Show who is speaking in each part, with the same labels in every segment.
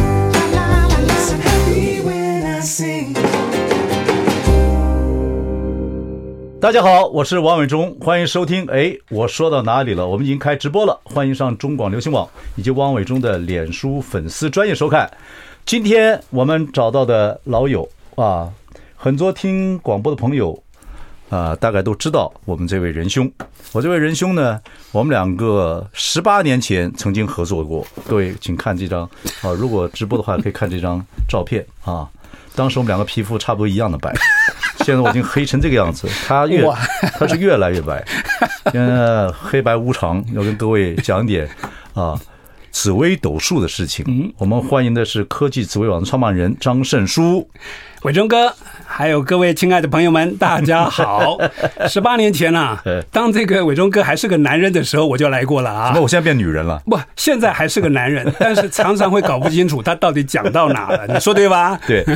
Speaker 1: So happy when I sing.
Speaker 2: 大家好，我是王伟忠，欢迎收听。哎，我说到哪里了？我们已经开直播了，欢迎上中广流行网以及汪伟忠的脸书粉丝专业收看。今天我们找到的老友啊，很多听广播的朋友啊，大概都知道我们这位仁兄。我这位仁兄呢，我们两个十八年前曾经合作过。各位，请看这张啊，如果直播的话，可以看这张照片啊。当时我们两个皮肤差不多一样的白，现在我已经黑成这个样 子，他越
Speaker 3: 哇
Speaker 2: 他是越来越 白。现在黑白无常，要跟各位讲点啊。紫微斗数的事
Speaker 3: 嗯
Speaker 2: 情，我们欢迎的是科技紫微网的创办人张胜书。
Speaker 3: 伟忠哥，还有各位亲爱的朋友们，大 家好！十八年前啊
Speaker 2: 对，
Speaker 3: 当这个伟忠哥还是个男人的时候，我就来过了啊
Speaker 2: 那。我现在变女人了，
Speaker 3: 不，现在还是个 男人，但是常常会搞不清楚他到底讲到哪了，你说对吧？
Speaker 2: 对，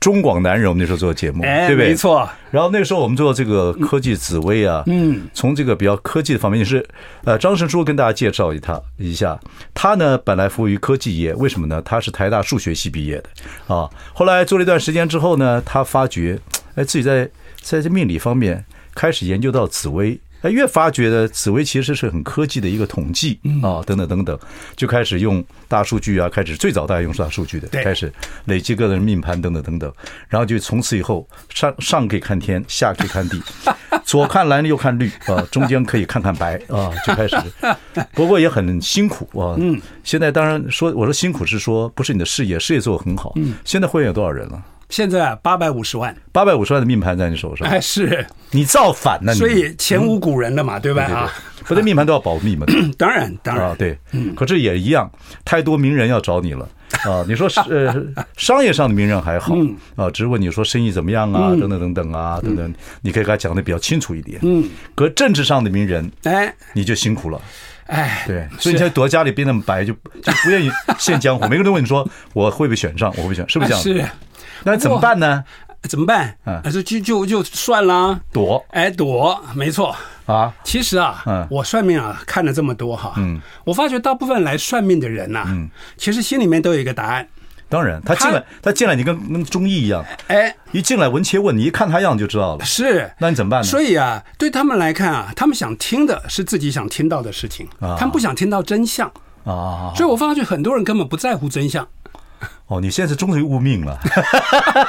Speaker 2: 中广男人，我们那时候做节目，
Speaker 3: 哎，
Speaker 2: 对不对？
Speaker 3: 没。错，
Speaker 2: 然后那个时候我们做这个科技紫薇啊，嗯，从这个比较科技的方面也是，呃，张胜书跟大家介绍一他一下，他呢本来服务于科技业，为什么呢？他是台大数学系毕业的啊，后来做了一段时间之后呢，他发觉，哎，自己在在这命理方面开始研究到紫薇。哎，越发觉得紫薇其实是很科技的一个统计啊，等等等等，就开始用大数据啊，开始最早大家用大数据的，
Speaker 3: 对
Speaker 2: 开始累积个人命盘等等等等，然后就从此以后上上可以看天，下可以看地， 左看蓝右看绿啊，中间可以看看白啊，就开始，不过也很辛苦啊。嗯，现在当然说我说辛苦是说不是你的事业，事业做得很好。嗯，现在会员有多少人了？
Speaker 3: 现在啊八百五十万，
Speaker 2: 八百五十万的命盘在你手上，
Speaker 3: 哎是，
Speaker 2: 你造反嗯呢、你嗯
Speaker 3: 所以前无古人了嘛，对吧？
Speaker 2: 对对
Speaker 3: 啊，
Speaker 2: 对，不对，命盘都要保密嘛。对吧
Speaker 3: 当然当
Speaker 2: 啊
Speaker 3: 然，，
Speaker 2: 对，可是也一样，太多名人要找你了啊！你说是呃，商业上的名人还好啊，只是问你说生意怎么样啊，等等等等啊，等等，你可以给他讲的比较清楚一点。嗯，可政治上的名人
Speaker 3: 哎
Speaker 2: 你就辛苦了。
Speaker 3: 哎，
Speaker 2: 对，所以你现在躲在家里变那么白，就就不愿意现江湖。每个人都问你说我会不会选上，我会不会选，是不是这样？
Speaker 3: 哎是。
Speaker 2: 那怎么办呢？
Speaker 3: 怎么办？
Speaker 2: 嗯
Speaker 3: 啊，就就就就算啦，
Speaker 2: 躲
Speaker 3: 哎躲，没错，
Speaker 2: 啊，
Speaker 3: 其实啊，
Speaker 2: 嗯
Speaker 3: 我算命啊看了这么多哈，我发觉大部分来算命的人呐、
Speaker 2: 嗯
Speaker 3: 其实心里面都有一个答案。
Speaker 2: 当然，他进来，他进来，你跟跟中医一样，
Speaker 3: 哎，
Speaker 2: 一进来闻切问，你一看他样子就知道了。
Speaker 3: 是，
Speaker 2: 那你怎么办呢？
Speaker 3: 所以啊，对他们来看啊，他们想听的是自己想听到的事情，
Speaker 2: 啊
Speaker 3: 他们不想听到真相。
Speaker 2: 啊啊，啊
Speaker 3: 所以我发觉很多人根本不在乎真相。
Speaker 2: 哦，你现在是终于悟命了，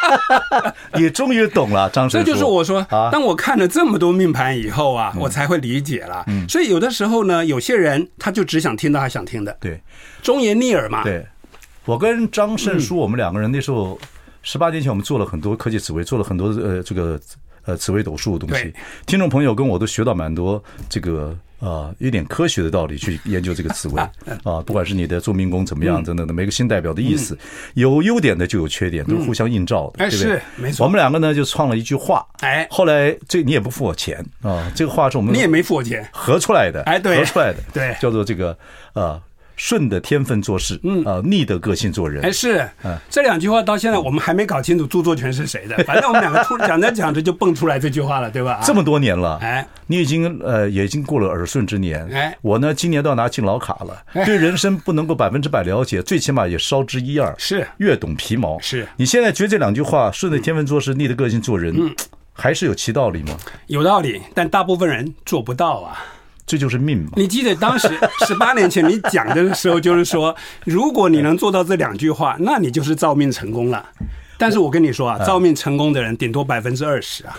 Speaker 2: 你终于懂了，张
Speaker 3: 所
Speaker 2: 神
Speaker 3: 以
Speaker 2: 叔。
Speaker 3: 就是我说
Speaker 2: 啊，嗯
Speaker 3: 当我看了这么多命盘以后啊，我才会理解了。所以有的时候呢，有些人他就只想听到他想听的，
Speaker 2: 对
Speaker 3: 忠言逆耳嘛。
Speaker 2: 对，我跟张胜书，我们两个人那时候十八年前，我们做了很多科技紫薇，做了很多呃这个呃紫薇斗数的东西
Speaker 3: 对。
Speaker 2: 听众朋友跟我都学到蛮多这个呃有点科学的道理去研究这个紫 薇啊，不管是你的做民工怎么
Speaker 3: 嗯
Speaker 2: 样等等的，每个星代表的意思，有优点的就有缺点，都是互相映照的，
Speaker 3: 哎
Speaker 2: 对不对
Speaker 3: 是？没错
Speaker 2: 我们两个呢就创了一句话，
Speaker 3: 哎
Speaker 2: 后来这你也不付我钱啊，这个话是我们
Speaker 3: 你也没付我钱。
Speaker 2: 合出来的，
Speaker 3: 哎对
Speaker 2: 合出来的，
Speaker 3: 对
Speaker 2: 叫做这个呃顺的天分做事，嗯啊、逆的个性做人，
Speaker 3: 哎，是，
Speaker 2: 嗯
Speaker 3: 这两句话到现在我们还没搞清楚著作权是谁的。反正我们两个 突讲着讲着就蹦出来这句话了，对吧？啊
Speaker 2: 这么多年了，
Speaker 3: 哎，
Speaker 2: 你已经呃也已经过了耳顺之年，
Speaker 3: 哎
Speaker 2: 我呢今年都要拿敬老卡了，对人生不能够百分之百了解，最起码也稍知一二，
Speaker 3: 是
Speaker 2: 略懂皮毛。
Speaker 3: 是嗯
Speaker 2: 你现在觉得这两句话顺着天分做事，逆的个性做人，还是有其道理吗？
Speaker 3: 有道理，但大部分人做不到啊。
Speaker 2: 这就是命嘛。
Speaker 3: 你记得当时十八年前你讲的时候，就是说，如果你能做到这两句话，那你就是造命成功了。但是我跟你说啊，
Speaker 2: 嗯
Speaker 3: 造命成功的人顶多百分之二十啊，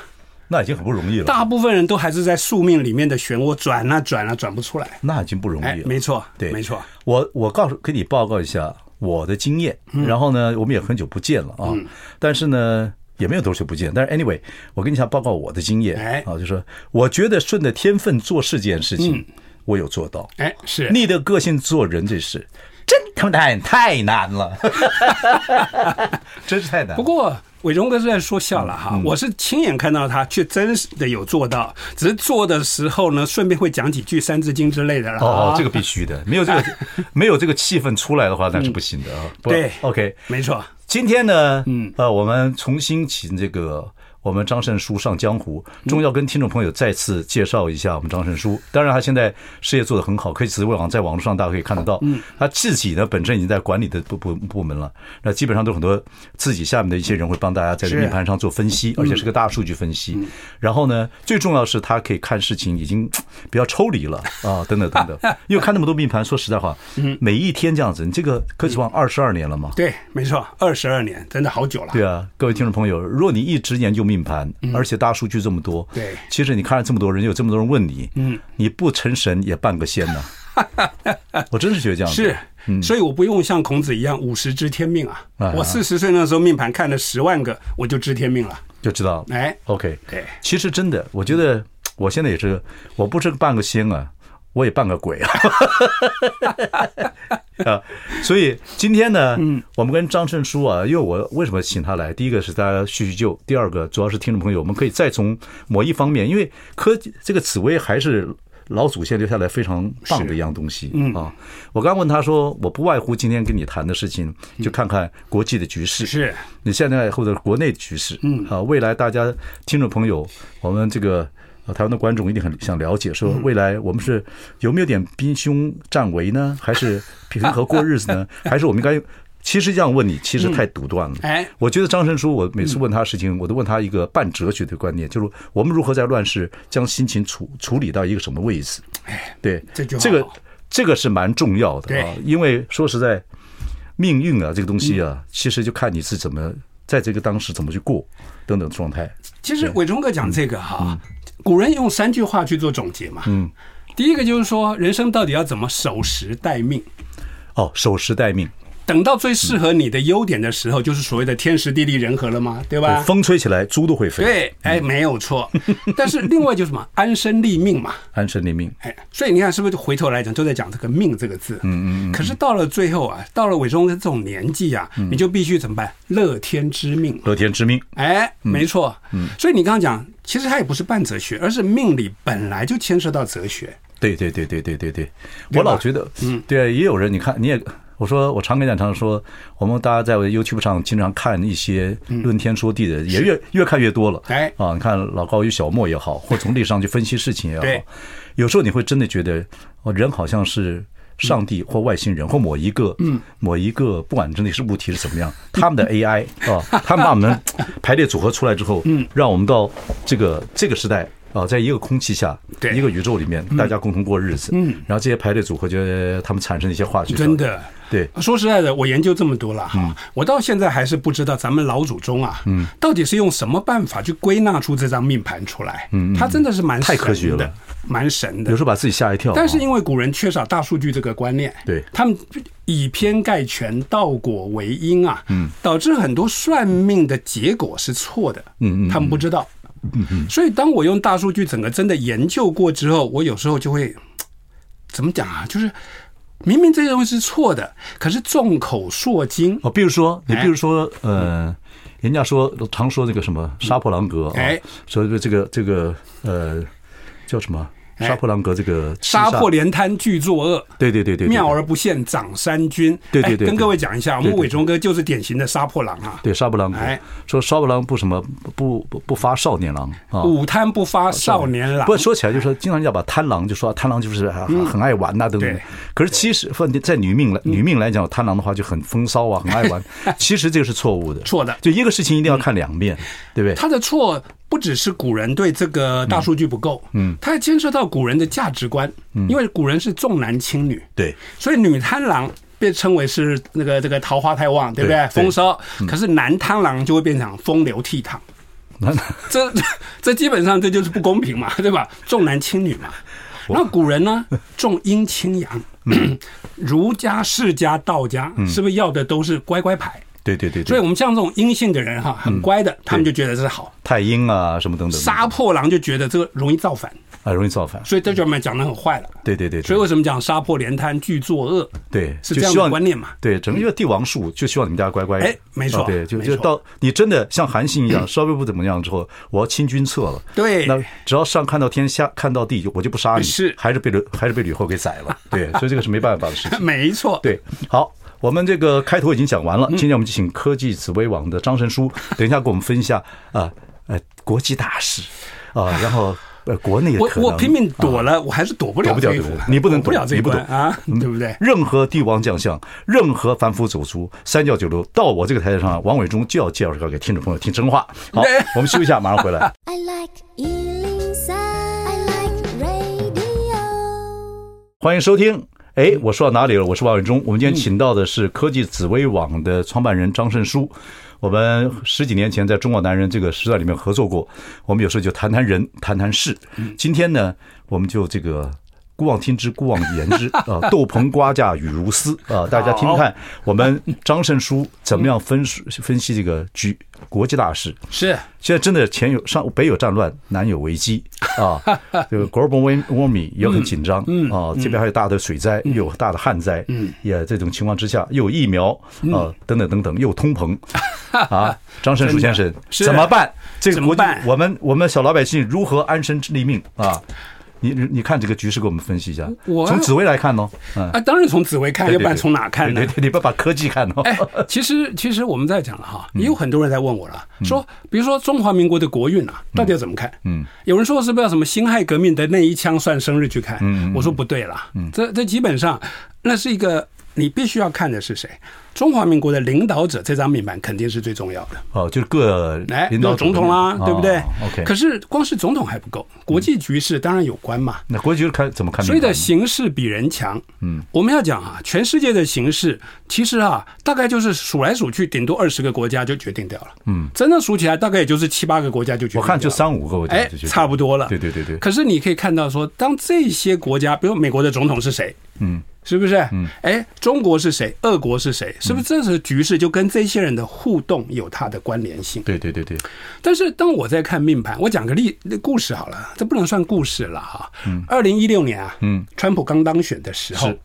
Speaker 2: 那已经很不容易了，
Speaker 3: 大部分人都还是在宿命里面的漩涡转啊转啊转不出来。
Speaker 2: 那已经不容易
Speaker 3: 哎，
Speaker 2: 了。
Speaker 3: 没错，
Speaker 2: 对，
Speaker 3: 没错，。
Speaker 2: 我我告诉给你报告一下我的经验，
Speaker 3: 嗯
Speaker 2: 然后呢，我们也很久不见了啊，但是呢。也没有多久不见，但是 anyway，我跟你想报告我的经验、
Speaker 3: 哎
Speaker 2: 啊，就说我觉得顺着天分做事这件事
Speaker 3: 嗯
Speaker 2: 情，我有做到，
Speaker 3: 哎，是。
Speaker 2: 逆的个性做人这事， 真他妈太太难了，真是太难了。
Speaker 3: 不过伟忠哥是在说笑了
Speaker 2: 嗯
Speaker 3: 哈，我是亲眼看到他，却真实的有做到，只是做的时候呢，顺便会讲几句《三字经》之类的啦。啊
Speaker 2: 哦，这个必须的，没有 这个没有这个气氛出来的话，那是不行的啊。不
Speaker 3: 对
Speaker 2: ，OK，
Speaker 3: 没错，
Speaker 2: 今天呢，嗯，呃，我们重新请这个我们张胜书上江湖，终于要跟听众朋友再次介绍一下我们张胜书。当然，他现在事业做得很好，科技词汇网在网络上大家可以看得到。嗯，他自己呢本身已经在管理的部部部门了，那基本上都很多自己下面的一些人会帮大家在这个
Speaker 3: 是
Speaker 2: 命盘上做分析，而且是个大数据分析。然后呢，最重要是他可以看事情已经呃比较抽离了 啊，等等等等。因为看那么多命盘，说实在话，每一天这样子，你这个科技网二十二年了嘛，
Speaker 3: 对，没错，二十二年，真的好久了。
Speaker 2: 对啊，各位听众朋友，如果你一直研究命盘，而且大数据这么多，
Speaker 3: 嗯对
Speaker 2: 其实你看了这么多人，有这么多人问你，嗯，你不成神也半个仙 呐、我真是觉得这样子
Speaker 3: 是，
Speaker 2: 嗯
Speaker 3: 所以我不用像孔子一样五十知天命啊
Speaker 2: 啊。
Speaker 3: 我四十岁那时候命盘看了十万个，我就知天命了。
Speaker 2: 就知道。
Speaker 3: 哎，
Speaker 2: OK，
Speaker 3: 对
Speaker 2: 其实真的，我觉得我现在也是，我不是半个仙啊，我也半个鬼啊。 啊，所以今天呢，嗯，我们跟张胜书啊，因为我为什么请他来？第一个是大家叙叙旧，第二个主要是听众朋友，我们可以再从某一方面，因为科技这个紫薇还是老祖先留下来非常棒的一样东西，嗯啊，我刚问他说，我不外乎今天跟你谈的事情，就看看国际的局势，
Speaker 3: 是
Speaker 2: 你现在或者国内的局势，嗯啊，未来大家听众朋友，我们这个。呃台湾的观众一定很想了解，说未来我们是有没有点兵凶战危呢？还是平和过日子呢？还是我们应该？其实这样问你，其实太独断了。
Speaker 3: 哎
Speaker 2: 我觉得张胜书，我每次问他事情，我都问他一个半哲学的观念，就是我们如何在乱世将心情处处理到一个什么位置？
Speaker 3: 哎，
Speaker 2: 对，
Speaker 3: 这句话
Speaker 2: 这个
Speaker 3: 好
Speaker 2: 这个是蛮重要的啊
Speaker 3: 对，
Speaker 2: 因为说实在，命运啊这个东西
Speaker 3: 嗯
Speaker 2: 啊，其实就看你是怎么在这个当时怎么去过等等状态。
Speaker 3: 其实伟忠哥讲这个
Speaker 2: 嗯
Speaker 3: 哈，古人用三句话去做总结嘛。嗯，第一个就是说，人生到底要怎么守时待命？
Speaker 2: 哦，守时待命，
Speaker 3: 等到最适合你的优点的时候，就是所谓的天时地利人和了嘛，对吧？
Speaker 2: 风吹起来猪都会飞，
Speaker 3: 对，哎，没有 错。但是另外就是什么，安身立命嘛。
Speaker 2: 安身立命。
Speaker 3: 哎，所以你看，是不是回头来讲，都在讲这个“命”这个字？嗯嗯可是到了最后啊，到了伟忠这种年纪啊，你就必须怎么办？乐天知命。
Speaker 2: 乐天知命，
Speaker 3: 哎，没错。嗯。所以你刚刚讲，其实它也不是半哲学，而是命理本来就牵涉到哲学。
Speaker 2: 对对对对对对对，我老觉得，嗯，对，也有人，你看，你也，我说，我常跟讲，常说，我们大家在 YouTube 上经常看一些论天说地的，也越越看越多了，
Speaker 3: 哎
Speaker 2: 啊，你看老高与小莫也 好，或从历史上去分析事情也好
Speaker 3: 对，
Speaker 2: 有时候你会真的觉得，哦，人好像是。上帝或外星人或某一个，嗯，某一个，不管真的是物体是怎么 样，他们的 AI 啊，他们把我们排列组合出来之后，嗯，让我们到这个这个时代啊，在一个空气下，
Speaker 3: 对嗯
Speaker 2: 一个宇宙里面，大家共同过日子。嗯，然后这些排列组合就他们产生的一些化学效应
Speaker 3: 真，的。
Speaker 2: 对
Speaker 3: 说实在的，我研究这么多了哈，
Speaker 2: 嗯
Speaker 3: 我到现在还是不知道咱们老祖宗啊，嗯，到底是用什么办法去归纳出这张命盘出来？嗯，它真的是蛮
Speaker 2: 太科学
Speaker 3: 神的
Speaker 2: 了，
Speaker 3: 蛮神的
Speaker 2: 有时。候把自己吓一跳。
Speaker 3: 但是
Speaker 2: 啊
Speaker 3: 因为古人缺少大数据这个观念，
Speaker 2: 对
Speaker 3: 他们以偏概全，倒果为因啊，嗯，导致很多算命的结果是错的，嗯嗯，他们不知道，嗯嗯，所以当我用大数据整个真的研究过之后，我有时候就会怎么讲啊，就是明明这些东西是错的，可是众口铄金，
Speaker 2: 哦，比如说你，
Speaker 3: 哎
Speaker 2: 比如说，呃，人家说常说这个什么杀破狼格啊
Speaker 3: 哎，
Speaker 2: 说这个这个呃叫什么
Speaker 3: 哎
Speaker 2: 杀破狼格这个
Speaker 3: 杀破
Speaker 2: 狼，
Speaker 3: 连滩俱作恶，
Speaker 2: 对对对对，对
Speaker 3: 妙而不现长山君，
Speaker 2: 对对
Speaker 3: 哎
Speaker 2: 对
Speaker 3: 跟
Speaker 2: 对
Speaker 3: 各位讲一下，我们
Speaker 2: 对对
Speaker 3: 伟忠哥就是典型的杀破狼啊，
Speaker 2: 对杀破狼格
Speaker 3: 哎，
Speaker 2: 说杀破狼不什么不不不发少年郎啊，
Speaker 3: 午贪不发少年郎
Speaker 2: 不。过说起来，就说经常人家把贪狼就说贪狼就是啊很爱玩呐、等等
Speaker 3: 嗯对。嗯
Speaker 2: 可是其实放在女命来女命来讲，贪狼的话就很风骚啊，很爱 玩。其实这个是错误的，
Speaker 3: 错的嗯
Speaker 2: 就一个事情一定要看两面，对不对？
Speaker 3: 他的错不只是古人对这个大数据不够，嗯，他还牵涉到古人的价值观，因为古人是重男轻女，
Speaker 2: 对，
Speaker 3: 所以女贪狼被称为是那个这个桃花太旺，对不对嗯
Speaker 2: 对？
Speaker 3: 风骚，可是男贪狼就会变成风流倜傥，
Speaker 2: 那
Speaker 3: 这 这基本上这就是不公平嘛， 对吧？重男轻女嘛。那古人 呢，重阴轻阳， 儒家、释家、道家，是不是要的都是乖乖牌？
Speaker 2: 对对对
Speaker 3: 所
Speaker 2: 对，
Speaker 3: 以，我们像这种阴性的人哈，很乖的，他们就觉得这是好。
Speaker 2: 太阴啊什么等等。
Speaker 3: 杀破狼就觉得这个容易造反，
Speaker 2: 啊，容易造反。
Speaker 3: 所以这就我们讲的很坏了。
Speaker 2: 对对对，对
Speaker 3: 所以为什么讲杀破连滩俱作恶？
Speaker 2: 对
Speaker 3: 是
Speaker 2: 就
Speaker 3: 这样
Speaker 2: 希望
Speaker 3: 的观念嘛？
Speaker 2: 对，整个帝王术就希望你们家乖乖。
Speaker 3: 哎没错
Speaker 2: 啊对，就
Speaker 3: 没
Speaker 2: 就
Speaker 3: 错
Speaker 2: 到你真的像韩信一样，稍微不怎么样之后，我要清君侧了。
Speaker 3: 对
Speaker 2: 那只要上看到天，下看到地，就我就不杀你，
Speaker 3: 是
Speaker 2: 还是被吕还是被吕后给宰了。对，所以这个是没办法的事情。
Speaker 3: 没错，
Speaker 2: 对，好，我们这个开头已经讲完了，
Speaker 3: 嗯
Speaker 2: 今天我们就请科技紫薇网的张神 书，等一下给我们分享啊呃国际大事啊，然后呃国内的
Speaker 3: 我
Speaker 2: 可能啊
Speaker 3: 我拼命躲了，我还是躲不了
Speaker 2: 躲不
Speaker 3: 这
Speaker 2: 掉
Speaker 3: 一
Speaker 2: 对
Speaker 3: 步
Speaker 2: 不对，你不能
Speaker 3: 躲不了这一
Speaker 2: 你不嗯
Speaker 3: 关
Speaker 2: 懂
Speaker 3: 啊，对不对？
Speaker 2: 任何帝王将相，任何凡夫走卒，三教九流，到我这个台阶上，王伟忠就要介绍这个给听众朋友听真话。好，我们休息一下，马上回 来。
Speaker 4: I like Ealing Sound. I like radio.
Speaker 2: 欢迎收听。哎，我说到哪里了？我是王伟忠。我们今天请到的是科技紫薇网的创办人张胜书。我们十几年前在《中国男人》这个时段里面合作过，我们有时候就谈谈人，谈谈事。今天呢，我们就这个姑妄听之，姑妄言之啊，斗篷瓜架雨如丝啊，大家听听看，我们张胜书怎么样分析分析这个局国际大事。
Speaker 3: 是
Speaker 2: 现在真的前有上北有战乱，南有危机 啊，这个 global warming 也很紧张
Speaker 3: 嗯
Speaker 2: 啊，这边还有大的水灾，又有大的旱灾，也这种情况之下，又有疫苗
Speaker 3: 嗯
Speaker 2: 啊，等等等等，又有通 膨啊，张胜树先生
Speaker 3: 是啊
Speaker 2: 怎么办？这个
Speaker 3: 怎么
Speaker 2: 国际
Speaker 3: 办
Speaker 2: 我们我们小老百姓如何安身立命啊？你你你看这个局势，给我们分析一下。
Speaker 3: 我
Speaker 2: 从紫薇来看呢，嗯，
Speaker 3: 啊，当然从紫薇看，
Speaker 2: 对
Speaker 3: 要
Speaker 2: 对
Speaker 3: 不然
Speaker 2: 对
Speaker 3: 从哪看呢
Speaker 2: 对？对对，你不要把科技看哦。
Speaker 3: 哎，其实其实我们在讲了
Speaker 2: 嗯
Speaker 3: 哈，也有很多人在问我了，说比如说中华民国的国运啊，到底要怎么看？嗯，有人说是不是要什么辛亥革命的那一枪算生日去看？嗯，我说不对啦，这这基本上那是一个你必须要看的是谁，中华民国的领导者这张命盘肯定是最重要的。
Speaker 2: 哦，就是各
Speaker 3: 来，
Speaker 2: 领导
Speaker 3: 哎有总统啦，对不对、
Speaker 2: 哦？OK，
Speaker 3: 可是光是总统还不够，国际局势当然有关嘛。
Speaker 2: 那国际局势看怎么看？
Speaker 3: 所以的形势比人强，嗯，我们要讲啊，全世界的形势其实啊，大概就是数来数去，顶多二十个国家就决定掉了，嗯，真正数起来大概也就是七八个国家就决定掉
Speaker 2: 我
Speaker 3: 了
Speaker 2: 看就三五个，我觉得
Speaker 3: 哎
Speaker 2: 就觉，得
Speaker 3: 差不多了。
Speaker 2: 对对对对，
Speaker 3: 可是你可以看到说，当这些国家，比如美国的总统是谁，
Speaker 2: 嗯，嗯
Speaker 3: 是不是？嗯，哎，中国是谁？俄国是谁？是不是这时候局势就跟这些人的互动有它的关联性？
Speaker 2: 对对对对，
Speaker 3: 但是当我在看命盘，我讲个例故事好了，这不能算故事了哈。二零一六年啊，
Speaker 2: 嗯，
Speaker 3: 川普刚当选的时候
Speaker 2: 是，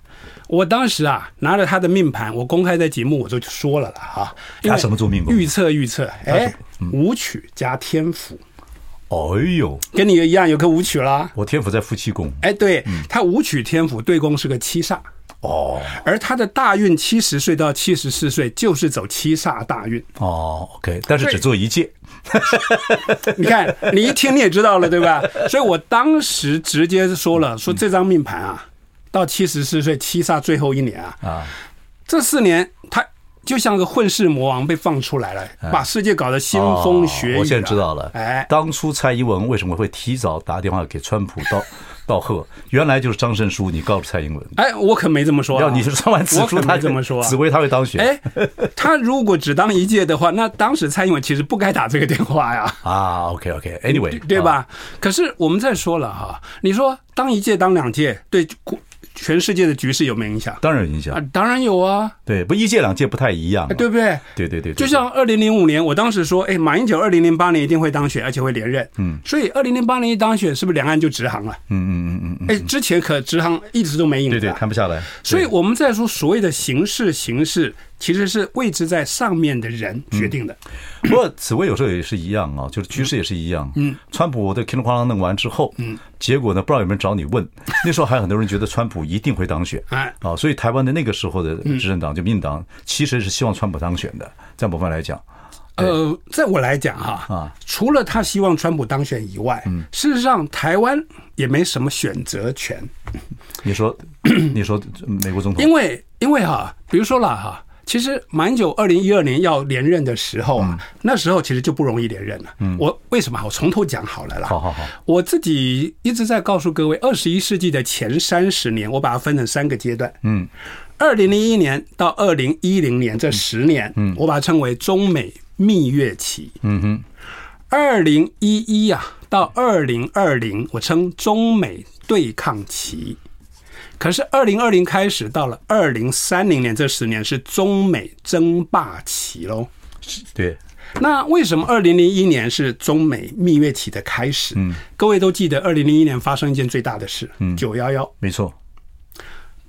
Speaker 3: 我当时啊拿了他的命盘，我公开在节目我就说了啦哈。因为
Speaker 2: 他什么做命盘
Speaker 3: 预测预测，哎，
Speaker 2: 嗯
Speaker 3: 武曲加天府，
Speaker 2: 哎呦，
Speaker 3: 跟你一样有颗武曲啦。
Speaker 2: 我天府在夫妻宫，
Speaker 3: 哎，对，他武曲天府对宫是个七煞，
Speaker 2: 嗯哦
Speaker 3: 而他的大运七十岁到七十四岁就是走七煞大运。
Speaker 2: 哦，OK，但是只做一届，
Speaker 3: 你看，你一听你也知道了，对 吧？所以我当时直接说了，
Speaker 2: 嗯
Speaker 3: 说这张命盘啊，到七十四岁七煞最后一年啊，
Speaker 2: 啊，
Speaker 3: 这四年他就像个混世魔王被放出来了，把世界搞得腥风血雨、
Speaker 2: 哎
Speaker 3: 啊
Speaker 2: 哦我现在知道了，
Speaker 3: 哎，
Speaker 2: 当初蔡英文为什么会提早打电话给川普 道道贺，原来就是张胜书，你告诉蔡英文，
Speaker 3: 哎，我可没这么说、啊。
Speaker 2: 要你是上完紫
Speaker 3: 我
Speaker 2: 书，
Speaker 3: 可
Speaker 2: 他
Speaker 3: 没
Speaker 2: 就
Speaker 3: 这么说、啊
Speaker 2: 紫。薇他会当选，
Speaker 3: 哎，他如果只当一届的话，那当时蔡英文其实不该打这个电话 呀。
Speaker 2: 啊，OK 啊 OK，Anyway，
Speaker 3: 对？吧？可是我们再说了哈，你说当一届当两届，对国全世界的局势有没有影响？
Speaker 2: 当然有影响
Speaker 3: 啊，，当然有啊，
Speaker 2: 对，不一届两届不太一样
Speaker 3: 啊，对不对？
Speaker 2: 哎对对对，对
Speaker 3: 就像二零零五年，我当时说，哎，马英九二零零八年一定会当选，而且会连任。嗯，所以二零零八年一当选，是不是两岸就直航了？
Speaker 2: 嗯嗯嗯嗯嗯，
Speaker 3: 哎，之前可直航一直都没影
Speaker 2: 对
Speaker 3: 子
Speaker 2: 对，
Speaker 3: 啊。
Speaker 2: 看不下来，
Speaker 3: 所以我们在说所谓的形势，形势其实是位置在上面的人决定的。
Speaker 2: 不过紫薇有时候也是一样啊，就是局势也是一样。嗯，川普的 King 哐啷弄完之后，嗯，结果呢，不知道有没有人找你问。那时候还有很多人觉得川普一定会当选，
Speaker 3: 哎
Speaker 2: 啊，所以台湾的那个时候的执政党就民进党，其实是希望川普当选的，在某方面来讲，
Speaker 3: 呃，在我来讲哈，
Speaker 2: 啊嗯
Speaker 3: 除了他希望川普当选以外，事实上台湾也没什么选择
Speaker 2: 嗯
Speaker 3: 权，
Speaker 2: 你说，你说美国总统
Speaker 3: 因为因为哈，比如说啦哈，其实马英九二零一二年要连任的时候啊，
Speaker 2: 嗯
Speaker 3: 那时候其实就不容易连任了。我为什么啊？我从头讲好了啦。
Speaker 2: 好好好，
Speaker 3: 我自己一直在告诉各位，二十一世纪的前三十年，我把它分成三个阶段。嗯，二零零一年到二零一零年这十年，嗯，我把它称为中美蜜月期。嗯哼，二零一一啊到二零二零，我称中美对抗期。可是二零二零开始到了二零三零年这十年是中美争霸期喽。
Speaker 2: 对，
Speaker 3: 那为什么二零零一年是中美蜜月期的开始？嗯，各位都记得二零零一年发生一件最大的事，
Speaker 2: 嗯
Speaker 3: 九幺幺，
Speaker 2: 没错，